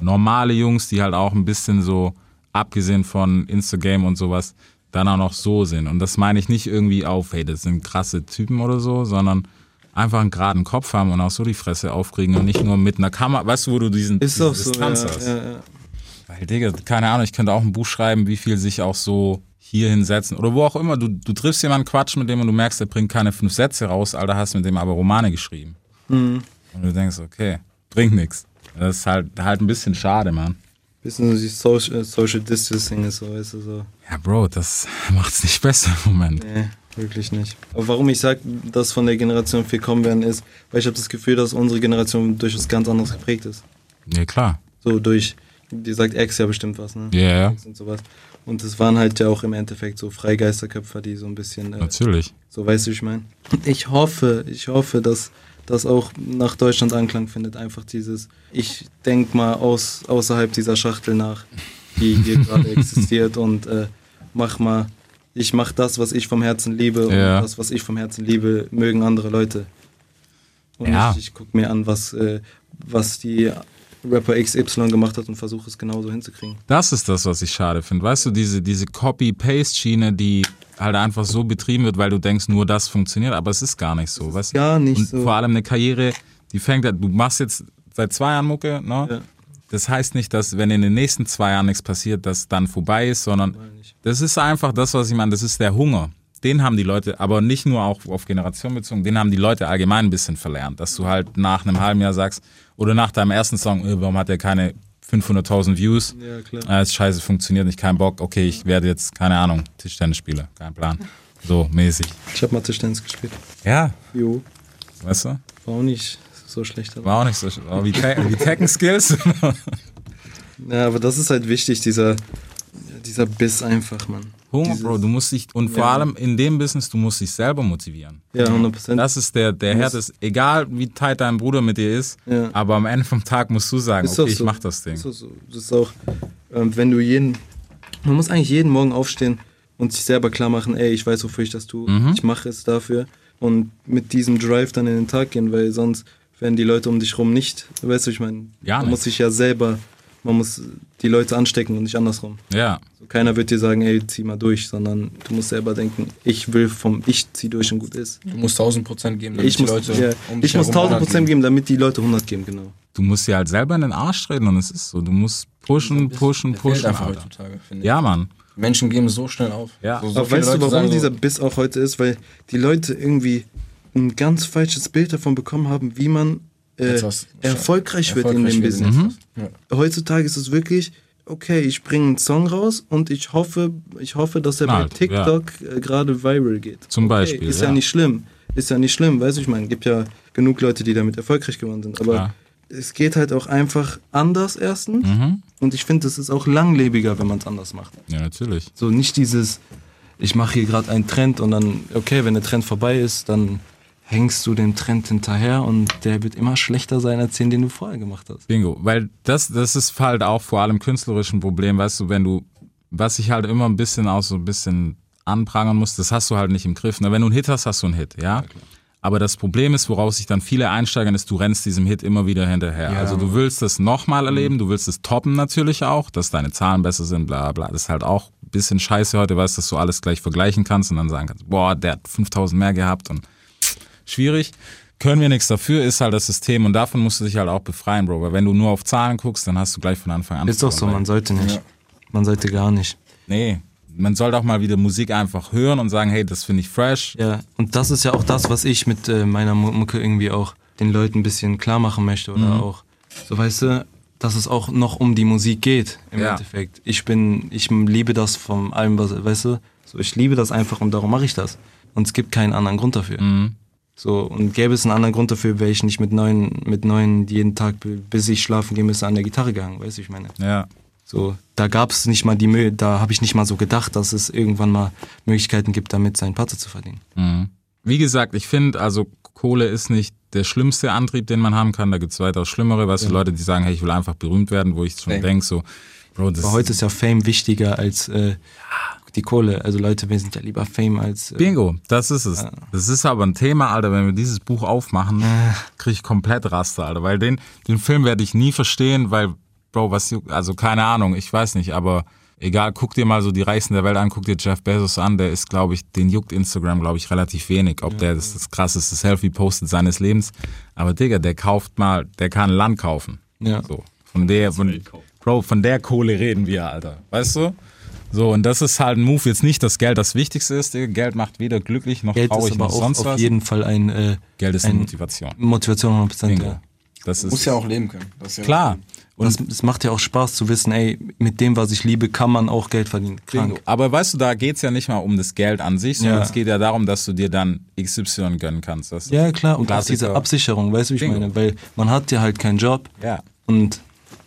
Speaker 1: normale Jungs, die halt auch ein bisschen so, abgesehen von Instagram und sowas, dann auch noch so sind. Und das meine ich nicht irgendwie auf, hey, das sind krasse Typen oder so, sondern einfach einen geraden Kopf haben und auch so die Fresse aufregen und nicht nur mit einer Kamera, weißt du, wo du diesen
Speaker 6: Ist
Speaker 1: diese
Speaker 6: auch so, ja,
Speaker 1: Distanz hast.
Speaker 6: ja, ja.
Speaker 1: Weil, Digga, keine Ahnung, ich könnte auch ein Buch schreiben, wie viel sich auch so hier hinsetzen. Oder wo auch immer, du, du triffst jemanden, quatsch mit dem und du merkst, der bringt keine fünf Sätze raus, Alter, hast mit dem aber Romane geschrieben.
Speaker 6: Mhm.
Speaker 1: Und du denkst, okay, bringt nichts. Das ist halt, halt ein bisschen schade, Mann.
Speaker 6: Bisschen so die Social, äh, Social Distancing ist so, weißt du, so.
Speaker 1: Ja, Bro, das macht's nicht besser im Moment.
Speaker 6: Nee, wirklich nicht. Aber warum ich sage, dass von der Generation viel kommen werden, ist, weil ich habe das Gefühl, dass unsere Generation durch was ganz anderes geprägt ist.
Speaker 1: Ja, klar.
Speaker 6: So durch, die sagt Ex ja bestimmt was, ne?
Speaker 1: Ja, ja,
Speaker 6: Und sowas. Und das waren halt ja auch im Endeffekt so Freigeisterköpfer, die so ein bisschen äh,
Speaker 1: natürlich.
Speaker 6: So weißt du, wie ich meine. Ich hoffe, ich hoffe, dass das auch nach Deutschland Anklang findet. Einfach dieses, ich denk mal aus, außerhalb dieser Schachtel nach, die hier gerade existiert und äh, mach mal, ich mach das, was ich vom Herzen liebe und
Speaker 1: Ja.
Speaker 6: das, was ich vom Herzen liebe, mögen andere Leute. Und
Speaker 1: Ja.
Speaker 6: ich, ich guck mir an, was, äh, was die Rapper XY gemacht hat und versuche es genauso hinzukriegen.
Speaker 1: Das ist das, was ich schade finde. Weißt du, diese, diese Copy-Paste-Schiene, die halt einfach so betrieben wird, weil du denkst, nur das funktioniert, aber es ist gar nicht so. weißt du?
Speaker 6: gar nicht
Speaker 1: Und
Speaker 6: so.
Speaker 1: vor allem eine Karriere, die fängt an, du machst jetzt seit zwei Jahren Mucke, ne?
Speaker 6: Ja.
Speaker 1: Das heißt nicht, dass wenn in den nächsten zwei Jahren nichts passiert, dass dann vorbei ist, sondern das ist einfach das, was ich meine, das ist der Hunger. den haben die Leute, aber nicht nur auch auf Generation bezogen, den haben die Leute allgemein ein bisschen verlernt, dass du halt nach einem halben Jahr sagst oder nach deinem ersten Song, äh, warum hat der keine 500.000 Views? Ja, klar. Äh, ist scheiße, funktioniert nicht, kein Bock, okay, ich werde jetzt, keine Ahnung, Tischtennisspieler, kein Plan. So, mäßig.
Speaker 6: Ich habe mal Tischtennis gespielt.
Speaker 1: Ja,
Speaker 6: Jo.
Speaker 1: weißt du?
Speaker 6: War auch nicht so schlecht. Aber.
Speaker 1: War auch nicht so sch- aber wie, Te wie Tekken Skills.
Speaker 6: Ja, aber das ist halt wichtig, dieser, dieser Biss einfach, Mann.
Speaker 1: Hunger,
Speaker 6: Dieses-
Speaker 1: Bro, du musst dich, und vor
Speaker 6: Ja.
Speaker 1: allem in dem Business, du musst dich selber motivieren.
Speaker 6: Ja, 100%.
Speaker 1: Das ist der, der
Speaker 6: Muss-
Speaker 1: härteste, egal wie tight dein Bruder mit dir ist,
Speaker 6: Ja.
Speaker 1: aber am Ende vom Tag musst du sagen,
Speaker 6: Ist
Speaker 1: okay,
Speaker 6: doch
Speaker 1: ich mach das Ding.
Speaker 6: Ist doch so. Das ist auch, ähm, wenn du jeden, man muss eigentlich jeden Morgen aufstehen und sich selber klar machen, ey, ich weiß, wofür ich das tue,
Speaker 1: Mhm.
Speaker 6: ich mache es dafür und mit diesem Drive dann in den Tag gehen, weil sonst werden die Leute um dich rum nicht, weißt du, ich meine,
Speaker 1: Ja,
Speaker 6: man
Speaker 1: nicht.
Speaker 6: muss sich ja selber, man muss die Leute anstecken und nicht andersrum.
Speaker 1: Ja,
Speaker 6: So, keiner wird dir sagen, ey, zieh mal durch, sondern du musst selber denken, ich will vom, ich zieh durch und gut ist.
Speaker 5: Du musst 1000% geben, damit
Speaker 6: Ich muss,
Speaker 5: die Leute
Speaker 6: ja,
Speaker 5: um dich
Speaker 6: ich muss 1000
Speaker 5: herum
Speaker 6: Prozent
Speaker 5: anerkennen.
Speaker 6: geben, damit die Leute 100 geben, genau.
Speaker 1: du musst dir halt selber in den Arsch treten und es ist so, du musst pushen, pushen,
Speaker 5: Der fehlt
Speaker 1: pushen.
Speaker 5: einfach
Speaker 1: Alter.
Speaker 5: heutzutage, finde ich.
Speaker 1: Ja, Mann.
Speaker 5: Menschen geben so schnell auf.
Speaker 1: Ja.
Speaker 5: So, so
Speaker 6: Aber
Speaker 5: viele
Speaker 6: weißt du,
Speaker 5: Leute
Speaker 6: warum
Speaker 5: sagen so,
Speaker 6: dieser Biss auch heute ist? Weil die Leute irgendwie ein ganz falsches Bild davon bekommen haben, wie man äh,
Speaker 5: Jetzt hast-
Speaker 6: erfolgreich wird in
Speaker 5: erfolgreich Mhm.
Speaker 6: dem
Speaker 5: wird
Speaker 6: Business.
Speaker 5: Ja.
Speaker 6: Heutzutage ist es wirklich, okay, ich bringe einen Song raus und ich hoffe, ich hoffe, dass er bei
Speaker 1: Knallt,
Speaker 6: TikTok äh, gerade viral geht.
Speaker 1: Zum
Speaker 6: okay,
Speaker 1: Beispiel,
Speaker 6: Ist ja.
Speaker 1: ja.
Speaker 6: nicht schlimm. Ist ja nicht schlimm, weißt du, ich meine, gibt ja genug Leute, die damit erfolgreich geworden sind. Aber
Speaker 1: Klar.
Speaker 6: es geht halt auch einfach anders erstens.
Speaker 1: Mhm.
Speaker 6: Und ich finde, es ist auch langlebiger, wenn man es anders macht.
Speaker 1: Ja, natürlich.
Speaker 6: So nicht dieses, ich mache hier gerade einen Trend und dann, okay, wenn der Trend vorbei ist, dann hängst du dem Trend hinterher und der wird immer schlechter sein als den, den du vorher gemacht hast.
Speaker 1: Bingo. Weil das, das ist halt auch vor allem künstlerisch ein Problem, weißt du, wenn du, was ich halt immer ein bisschen auch so ein bisschen anprangern muss, das hast du halt nicht im Griff. Ne? Wenn du einen Hit hast, hast du einen Hit, ja. aber das Problem ist, worauf sich dann viele einsteigern, ist, du rennst diesem Hit immer wieder hinterher. also du willst das nochmal erleben, du willst es toppen natürlich auch, dass deine Zahlen besser sind, bla bla. Das ist halt auch ein bisschen scheiße heute, weißt du, dass du alles gleich vergleichen kannst und dann sagen kannst, boah, der hat 5000 mehr gehabt und schwierig. Können wir nichts dafür, ist halt das System und davon musst du dich halt auch befreien, Bro. Weil wenn du nur auf Zahlen guckst, dann hast du gleich von Anfang an.
Speaker 6: Ist doch so,
Speaker 1: verloren.
Speaker 6: man sollte nicht. Man sollte gar nicht.
Speaker 1: Nee, man soll doch mal wieder Musik einfach hören und sagen, hey, das finde ich fresh.
Speaker 6: Ja, und das ist ja auch das, was ich mit äh, meiner Mu- Mucke irgendwie auch den Leuten ein bisschen klar machen möchte oder auch, so weißt du, dass es auch noch um die Musik geht im
Speaker 1: Ja.
Speaker 6: Endeffekt. Ich bin, ich liebe das von allem, was, weißt du, so ich liebe das einfach und darum mache ich das. Und es gibt keinen anderen Grund dafür. So, und gäbe es einen anderen Grund dafür, wäre ich nicht mit neuen, mit neuen jeden Tag, bi- bis ich schlafen gehen müsste, an der Gitarre gehangen, weißt du, ich meine.
Speaker 1: Ja.
Speaker 6: So, da gab es nicht mal die Mühe, da habe ich nicht mal so gedacht, dass es irgendwann mal Möglichkeiten gibt, damit seinen Patzer zu verdienen.
Speaker 1: wie gesagt, ich finde, also Kohle ist nicht der schlimmste Antrieb, den man haben kann. Da gibt es weitaus schlimmere, weißt du, Leute, die sagen, hey, ich will einfach berühmt werden, wo ich schon
Speaker 5: Fame.
Speaker 1: denke, so, Bro, das
Speaker 6: Aber heute ist ja Fame wichtiger als äh, die Kohle. Also Leute, wir sind ja lieber Fame als... Äh,
Speaker 1: Bingo, das ist es. Das ist aber ein Thema, Alter, wenn wir dieses Buch aufmachen, kriege ich komplett Raster, Alter, weil den, den Film werde ich nie verstehen, weil, Bro, was, juckt- also keine Ahnung, ich weiß nicht, aber egal, guck dir mal so die Reichsten der Welt an, guck dir Jeff Bezos an, der ist, glaube ich, den juckt Instagram, glaube ich, relativ wenig, ob der das, das krasseste Selfie postet seines Lebens, aber Digga, der kauft mal, der kann Land kaufen.
Speaker 6: Ja.
Speaker 1: So. Von der, von, Bro, von der Kohle reden wir, Alter. Weißt du? So, und das ist halt ein Move. Jetzt nicht das Geld das Wichtigste ist. Digga. Geld macht weder glücklich noch
Speaker 6: Geld
Speaker 1: traurig
Speaker 6: ist aber
Speaker 1: noch
Speaker 6: auch
Speaker 1: sonst
Speaker 6: auf
Speaker 1: was.
Speaker 6: jeden Fall ein... Äh,
Speaker 1: Geld ist
Speaker 6: ein
Speaker 1: eine Motivation.
Speaker 6: Motivation 100%.
Speaker 1: Bingo.
Speaker 6: Ja.
Speaker 1: Das
Speaker 5: Du
Speaker 1: ist
Speaker 5: musst ja auch leben können. Das ist ja
Speaker 1: klar.
Speaker 6: Und das, es macht ja auch Spaß zu wissen, ey, mit dem, was ich liebe, kann man auch Geld verdienen. Krank.
Speaker 1: Bingo. Aber weißt du, da geht's ja nicht mal um das Geld an sich, sondern
Speaker 6: Ja.
Speaker 1: es geht ja darum, dass du dir dann XY gönnen kannst. Das ist
Speaker 6: Ja, klar. Und auch
Speaker 1: Klassiker.
Speaker 6: diese Absicherung, weißt du, wie ich
Speaker 1: Bingo.
Speaker 6: meine? Weil man hat ja halt keinen Job.
Speaker 1: Ja.
Speaker 6: Und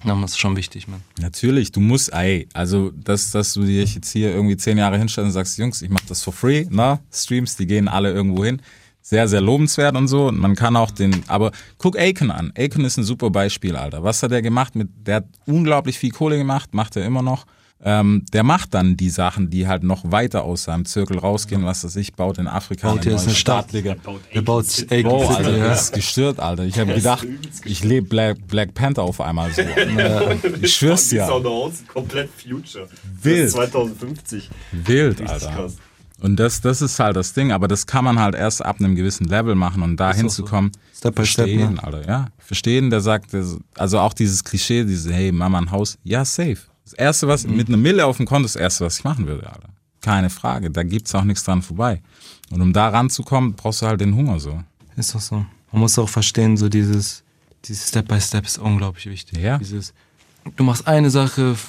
Speaker 6: na, das ist schon wichtig, man.
Speaker 1: Natürlich, du musst, ey, also dass, dass du dich jetzt hier irgendwie zehn Jahre hinstellst und sagst, Jungs, ich mach das for free, ne? Streams, die gehen alle irgendwo hin. Sehr, sehr lobenswert und so. Und man kann auch den, aber guck Aiken an. Aiken ist ein super Beispiel, Alter. Was hat er gemacht? Mit, der hat unglaublich viel Kohle gemacht, macht er immer noch. Ähm, der macht dann die Sachen, die halt noch weiter aus seinem Zirkel rausgehen, was weiß ich, baut in Afrika
Speaker 6: Baut jetzt
Speaker 1: neue
Speaker 6: eine Stadt.
Speaker 1: Digga.
Speaker 6: Der baut ey,
Speaker 1: Bro,
Speaker 6: City,
Speaker 1: Alter,
Speaker 6: ja.
Speaker 1: das ist gestört, Alter. Ich habe gedacht, ich lebe Black, Black Panther auf einmal so. Ich schwör's dir.
Speaker 7: Die Sau nach Hause, komplett Future.
Speaker 1: Wild.
Speaker 7: Bis 2050.
Speaker 1: Wild,
Speaker 7: Richtig
Speaker 1: Alter.
Speaker 7: krass.
Speaker 1: Und das, das ist halt das Ding, aber das kann man halt erst ab einem gewissen Level machen und da hinzukommen.
Speaker 6: Step by step,
Speaker 1: verstehen,
Speaker 6: ne?
Speaker 1: Alter, ja. Verstehen, der sagt, der so- also auch dieses Klischee, diese, hey, Mama, ein Haus, ja, safe. Das Erste, was, mit einer Mille auf dem Konto, das Erste, was ich machen würde, Alter. Keine Frage, da gibt es auch nichts dran vorbei. Und um da ranzukommen, brauchst du halt den Hunger so.
Speaker 6: Ist doch so. Man muss auch verstehen, so dieses, dieses Step by Step ist unglaublich wichtig.
Speaker 1: Ja.
Speaker 6: Dieses, du machst eine Sache, f-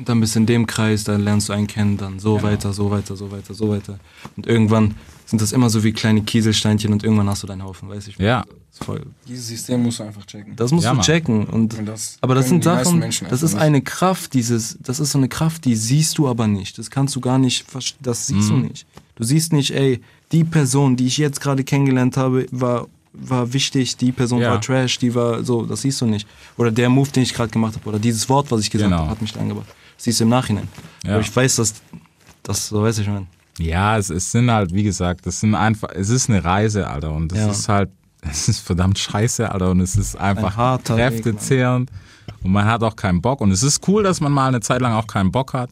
Speaker 6: dann bist du in dem Kreis, dann lernst du einen kennen, dann so
Speaker 1: Genau.
Speaker 6: weiter, so weiter, so weiter, so weiter. Und irgendwann sind das immer so wie kleine Kieselsteinchen und irgendwann hast du deinen Haufen, weiß ich.
Speaker 1: Ja.
Speaker 6: Das ist voll-
Speaker 5: Dieses System musst du einfach checken.
Speaker 6: Das musst
Speaker 1: Ja,
Speaker 6: du
Speaker 1: Mann.
Speaker 6: checken. Und,
Speaker 5: Und das
Speaker 6: aber das
Speaker 5: können
Speaker 6: sind
Speaker 5: die meisten
Speaker 6: Sachen,
Speaker 5: Menschen
Speaker 6: das
Speaker 5: einfach
Speaker 6: ist
Speaker 5: nicht.
Speaker 6: eine Kraft, dieses, das ist so eine Kraft, die siehst du aber nicht. Das kannst du gar nicht, verst- das siehst
Speaker 1: Mhm.
Speaker 6: du nicht. Du siehst nicht, ey, die Person, die ich jetzt gerade kennengelernt habe, war, war wichtig, die Person
Speaker 1: Ja.
Speaker 6: war trash, die war so, das siehst du nicht. Oder der Move, den ich gerade gemacht habe, oder dieses Wort, was ich gesagt
Speaker 1: Genau.
Speaker 6: habe, hat mich da angebracht. Das siehst du im Nachhinein.
Speaker 1: Ja.
Speaker 6: Aber ich weiß, dass, das, so weiß ich schon.
Speaker 1: Ja, es, es sind halt, wie gesagt, es sind einfach, es ist eine Reise, Alter. Und es
Speaker 6: Ja.
Speaker 1: ist halt, es ist verdammt scheiße, Alter. Und es ist einfach
Speaker 6: harter Weg,
Speaker 1: kräftezehrend. und man hat auch keinen Bock. Und es ist cool, dass man mal eine Zeit lang auch keinen Bock hat.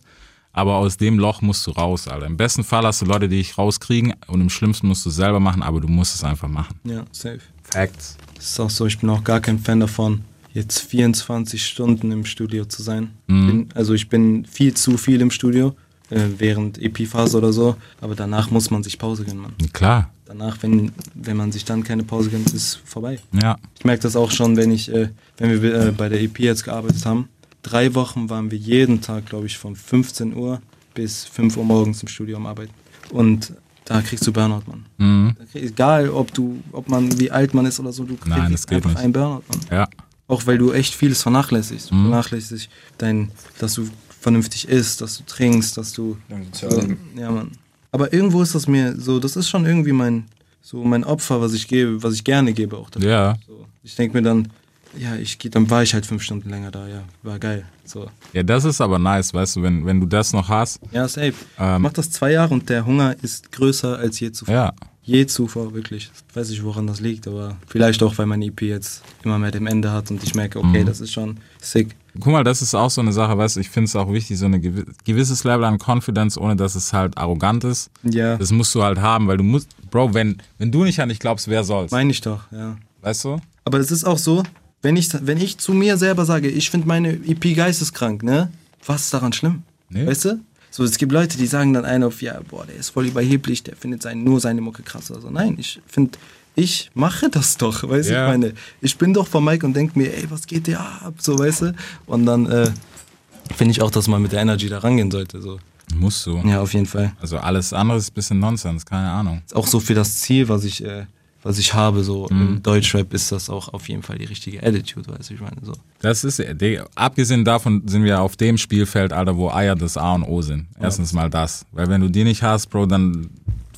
Speaker 1: Aber aus dem Loch musst du raus, Alter. Im besten Fall hast du Leute, die dich rauskriegen. Und im schlimmsten musst du es selber machen, aber du musst es einfach machen.
Speaker 6: Ja, safe.
Speaker 1: Facts.
Speaker 6: Das ist auch so, ich bin auch gar kein Fan davon, jetzt 24 Stunden im Studio zu sein. Bin, also ich bin viel zu viel im Studio, äh, während EP-Phase oder so, aber danach muss man sich Pause gönnen, Mann.
Speaker 1: Klar.
Speaker 6: Danach, wenn, wenn man sich dann keine Pause gönnt, ist vorbei.
Speaker 1: Ja.
Speaker 6: Ich merke das auch schon, wenn ich, äh, wenn wir äh, bei der EP jetzt gearbeitet haben. Drei Wochen waren wir jeden Tag, glaube ich, von 15 Uhr bis 5 Uhr morgens im Studio am Arbeiten. Und da kriegst du Burnout, Mann.
Speaker 1: Mhm.
Speaker 6: Da krieg- Egal, ob du, ob man, wie alt man ist oder so, du kriegst
Speaker 1: Nein, das geht
Speaker 6: einfach
Speaker 1: nicht.
Speaker 6: einen Burnout, Mann.
Speaker 1: Ja.
Speaker 6: Auch weil du echt vieles vernachlässigst. Du
Speaker 1: Mhm.
Speaker 6: vernachlässigst dein, dass du vernünftig isst, dass du trinkst, dass du
Speaker 5: Dein Sozialleben.
Speaker 6: ja, Mann. Aber irgendwo ist das mir so, das ist schon irgendwie mein, so mein Opfer, was ich gebe, was ich gerne gebe auch dafür.
Speaker 1: Ja.
Speaker 6: So. Ich denke mir dann, ja, ich geh, dann war ich halt fünf Stunden länger da, ja, war geil. So.
Speaker 1: Ja, das ist aber nice, weißt du, wenn, wenn du das noch hast.
Speaker 6: Ja, safe. ich mach das zwei Jahre und der Hunger ist größer als je zuvor.
Speaker 1: Ja.
Speaker 6: Je zuvor, wirklich. Ich weiß nicht, woran das liegt, aber vielleicht auch, weil meine EP jetzt immer mehr dem Ende hat und ich merke, okay, das ist schon sick.
Speaker 1: Guck mal, das ist auch so eine Sache, weißt du, ich finde es auch wichtig, so ein gewisses Level an Confidence, ohne dass es halt arrogant ist.
Speaker 6: Ja.
Speaker 1: Das musst du halt haben, weil du musst, Bro, wenn, wenn du nicht an dich glaubst, wer soll's?
Speaker 6: Meine ich doch, ja.
Speaker 1: weißt du?
Speaker 6: Aber es ist auch so, wenn ich, wenn ich zu mir selber sage, ich finde meine EP geisteskrank, ne? Was ist daran schlimm?
Speaker 1: Nee.
Speaker 6: Weißt du? So, es gibt Leute, die sagen dann einen auf, ja, boah, der ist voll überheblich, der findet seinen, nur seine Mucke krass oder so. Nein, ich finde, ich mache das doch, weißt du?
Speaker 1: Ja.
Speaker 6: Ich meine, ich bin doch von Mike und denke mir, ey, was geht dir ab, so, weißt du? Und dann äh, finde ich auch, dass man mit der Energy da rangehen sollte, so.
Speaker 1: Musst du.
Speaker 6: Ja, auf jeden Fall
Speaker 1: Also alles andere ist ein bisschen Nonsens, keine Ahnung.
Speaker 6: auch so für das Ziel, was ich, äh, was ich habe, so
Speaker 1: Mhm.
Speaker 6: im Deutschrap ist das auch auf jeden Fall die richtige Attitude, weißt du, ich meine so.
Speaker 1: Das ist, äh, die, abgesehen davon sind wir auf dem Spielfeld, Alter, wo Eier das A und O sind. Erstens mal das. Weil wenn du die nicht hast, Bro, dann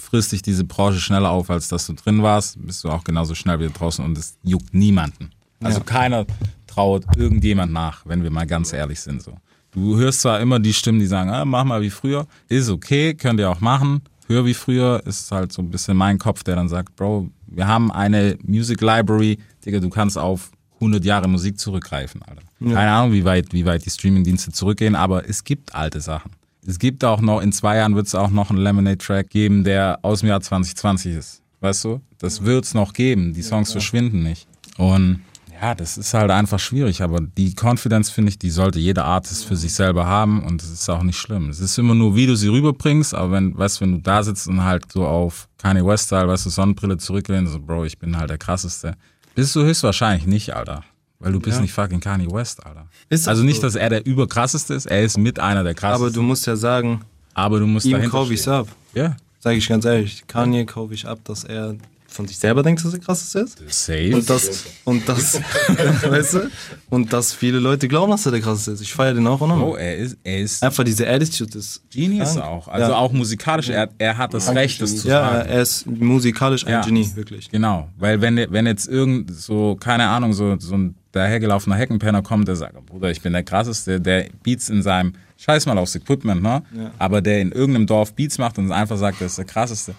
Speaker 1: frisst dich diese Branche schneller auf, als dass du drin warst, bist du auch genauso schnell wieder draußen und es juckt niemanden. Also keiner traut irgendjemand nach, wenn wir mal ganz ehrlich sind. So. Du hörst zwar immer die Stimmen, die sagen, ah, mach mal wie früher, ist okay, könnt ihr auch machen. Hör wie früher ist halt so ein bisschen mein Kopf, der dann sagt, Bro, wir haben eine Music Library, Digga, du kannst auf 100 Jahre Musik zurückgreifen, Alter. Keine Ahnung, wie weit, wie weit die Streamingdienste zurückgehen, aber es gibt alte Sachen. Es gibt auch noch, in zwei Jahren wird es auch noch einen Lemonade-Track geben, der aus dem Jahr 2020 ist. Weißt du? Das wird's noch geben. Die Songs verschwinden nicht. Und ja, das ist halt einfach schwierig, aber die Confidence, finde ich, die sollte jeder Artist für sich selber haben und es ist auch nicht schlimm. Es ist immer nur, wie du sie rüberbringst, aber wenn, weißt du, wenn du da sitzt und halt so auf Kanye West-Style, weißt du, Sonnenbrille zurücklehnen, so, Bro, ich bin halt der Krasseste. Bist du höchstwahrscheinlich nicht, Alter. Weil du bist nicht fucking Kanye West, Alter.
Speaker 6: Ist das
Speaker 1: also nicht,
Speaker 6: so?
Speaker 1: dass er der überkrasseste ist, er ist mit einer der
Speaker 6: Aber
Speaker 1: krassesten.
Speaker 6: du musst ja sagen,
Speaker 1: Aber du musst
Speaker 6: ihm
Speaker 1: dahinter
Speaker 6: kaufe ich's
Speaker 1: stehen.
Speaker 6: ab.
Speaker 1: Ja,
Speaker 6: Sag ich ganz ehrlich, Kanye kaufe ich ab, dass er von sich selber denkt, dass er krass ist.
Speaker 1: safe.
Speaker 6: Und das, und das, weißt du? Und dass viele Leute glauben, dass er der krasseste ist. Ich feiere den auch
Speaker 1: Bro,
Speaker 6: enorm.
Speaker 1: er ist, er ist
Speaker 6: Einfach diese Attitude ist.
Speaker 1: Genius
Speaker 6: krank.
Speaker 1: auch. Also
Speaker 6: ja.
Speaker 1: auch musikalisch, er, er hat das Recht, das zu
Speaker 6: Ja,
Speaker 1: sagen.
Speaker 6: er ist musikalisch ein
Speaker 1: Ja.
Speaker 6: Genie, wirklich.
Speaker 1: Genau, weil wenn, wenn jetzt irgend so, keine Ahnung, so, so ein dahergelaufener Heckenpenner kommt, der sagt, Bruder, ich bin der Krasseste, der Beats in seinem, scheiß mal aufs Equipment, ne? Aber der in irgendeinem Dorf Beats macht und einfach sagt, der ist der Krasseste.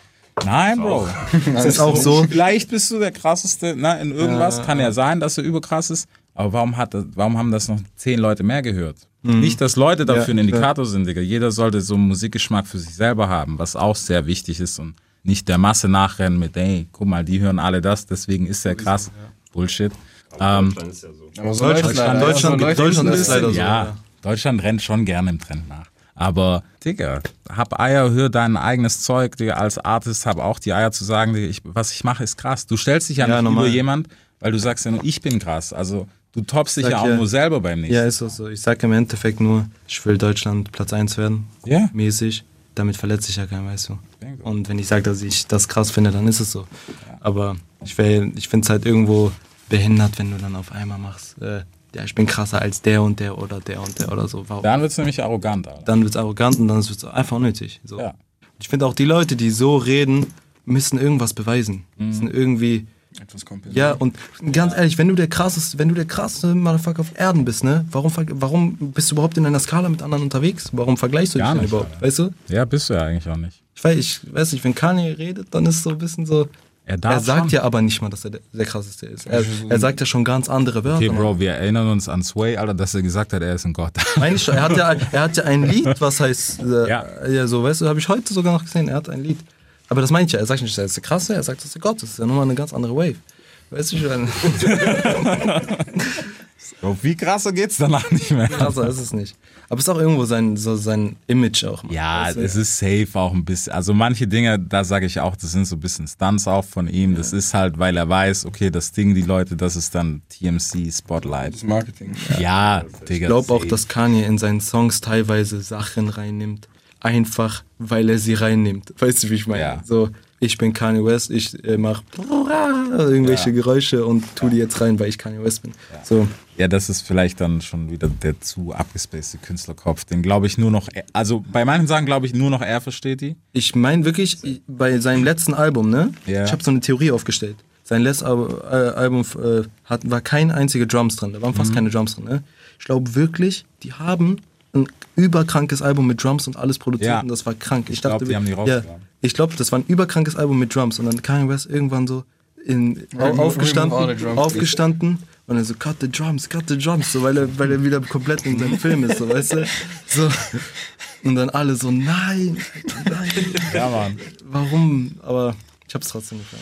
Speaker 1: Nein, Bro.
Speaker 6: Es ist auch so,
Speaker 1: Vielleicht bist du der Krasseste ne, in irgendwas, kann ja sein, dass du überkrass ist. Aber warum, hat das, warum haben das noch zehn Leute mehr gehört?
Speaker 6: Mhm.
Speaker 1: Nicht, dass Leute dafür
Speaker 6: Ja,
Speaker 1: ein
Speaker 6: klar.
Speaker 1: Indikator sind, Digga. Jeder sollte so einen Musikgeschmack für sich selber haben, was auch sehr wichtig ist und nicht der Masse nachrennen mit, ey, guck mal, die hören alle das, deswegen ist der krass. Bullshit. Ähm,
Speaker 7: Dann ist ja so.
Speaker 5: Aber so läuft's
Speaker 6: Deutschland-
Speaker 5: leider.
Speaker 6: Deutschland-
Speaker 5: Ja, so läuft's
Speaker 6: Deutschland
Speaker 5: leider.
Speaker 6: ist leider so.
Speaker 1: ja, Deutschland rennt schon gerne im Trend nach. Aber, Digga, hab Eier, hör dein eigenes Zeug, Digga, als Artist hab auch die Eier zu sagen, Digga, ich, was ich mache, ist krass. Du stellst dich ja,
Speaker 6: Ja,
Speaker 1: nicht
Speaker 6: normal.
Speaker 1: über jemand, weil du sagst ja nur, ich bin krass. Also du toppst dich
Speaker 6: Sag
Speaker 1: ja auch
Speaker 6: ja.
Speaker 1: nur selber beim nächsten.
Speaker 6: Ja, ist auch so. Ich sage im Endeffekt nur, ich will Deutschland Platz 1 werden.
Speaker 1: Ja.
Speaker 6: Mäßig. Damit verletze ich ja keinen, weißt du.
Speaker 1: Bingo.
Speaker 6: Und wenn ich sage, dass ich das krass finde, dann ist es so. Aber ich, wär- ich finde es halt irgendwo behindert, wenn du dann auf einmal machst, äh, ja, ich bin krasser als der und der oder der und der oder so. Warum?
Speaker 1: Dann wird's nämlich arrogant, Alter.
Speaker 6: Dann wird es arrogant und dann wird es einfach unnötig. So.
Speaker 1: Ja.
Speaker 6: Ich finde auch die Leute, die so reden, müssen irgendwas beweisen.
Speaker 1: Mhm.
Speaker 6: Müssen irgendwie
Speaker 5: Etwas kompensiert.
Speaker 6: ja, und ganz ehrlich, wenn du der krasseste, wenn du der krasseste Motherfucker auf Erden bist, ne? Warum, ver- warum bist du überhaupt in einer Skala mit anderen unterwegs? Warum vergleichst du
Speaker 1: Gar
Speaker 6: dich denn
Speaker 1: nicht,
Speaker 6: überhaupt? Weißt du?
Speaker 1: Ja, bist du ja eigentlich auch nicht.
Speaker 6: Ich weiß, ich weiß nicht, wenn Kanye redet, dann ist so ein bisschen so.
Speaker 1: Er darf
Speaker 6: sagt
Speaker 1: schon.
Speaker 6: ja aber nicht mal, dass er der, der krasseste ist. Er, er sagt ja schon ganz andere Wörter.
Speaker 1: Okay, Bro, wir erinnern uns an Sway, Alter, dass er gesagt hat, er ist ein Gott.
Speaker 6: Meine ich schon. Er hat, ja, er hat ja ein Lied, was heißt. Äh,
Speaker 1: Ja.
Speaker 6: ja. so, weißt du, habe ich heute sogar noch gesehen. Er hat ein Lied. Aber das meine ich ja. Er sagt nicht, er ist der Krasse, er sagt, dass er Gott ist. Das ist ja nochmal eine ganz andere Wave. Weißt du schon?
Speaker 1: Bro, wie krasser geht's danach nicht mehr?
Speaker 6: Krasser ist es nicht. Aber es ist auch irgendwo sein, so sein Image auch. Mal. Also,
Speaker 1: Ja,
Speaker 6: Weißt du?
Speaker 1: es ist safe auch ein bisschen. Also manche Dinge, da sage ich auch, das sind so ein bisschen Stunts auch von ihm. Das ist halt, weil er weiß, okay, das Ding, die Leute, das ist dann TMC Spotlight.
Speaker 5: Das Marketing.
Speaker 1: Ja, Digga.
Speaker 6: ich glaube auch,
Speaker 1: safe.
Speaker 6: dass Kanye in seinen Songs teilweise Sachen reinnimmt, einfach weil er sie reinnimmt. Weißt du, wie ich meine?
Speaker 1: Ja.
Speaker 6: So, ich bin Kanye West, ich äh, mache irgendwelche Geräusche und tu die jetzt rein, weil ich Kanye West bin. So,
Speaker 1: Ja, das ist vielleicht dann schon wieder der zu abgespacede Künstlerkopf. Den glaube ich nur noch, er- also bei manchen Sachen glaube ich nur noch er versteht die.
Speaker 6: ich meine wirklich ich- bei seinem letzten Album, ne?
Speaker 1: Ja.
Speaker 6: Ich habe so eine Theorie aufgestellt. Sein letztes Al äh, Album äh, hat, war kein einziger Drums drin, da waren
Speaker 1: Mhm.
Speaker 6: fast keine Drums drin, ne? Ich glaube wirklich, die haben ein überkrankes Album mit Drums und alles produziert
Speaker 1: Ja.
Speaker 6: und das war krank. Ich,
Speaker 1: glaub,
Speaker 6: dachte,
Speaker 1: die haben die
Speaker 6: ja,
Speaker 1: rausgegraben.
Speaker 6: ich glaube, das war ein überkrankes Album mit Drums und dann Kanye West irgendwann so in, au-
Speaker 5: Remove- remove all
Speaker 6: aufgestanden,
Speaker 5: the drums,
Speaker 6: aufgestanden und dann so cut the drums, cut the drums, so weil er, weil er wieder komplett in seinem Film ist, so weißt du? So. Und dann alle so, nein, nein.
Speaker 1: Ja, Mann.
Speaker 6: Warum? Aber ich hab's trotzdem gefallen.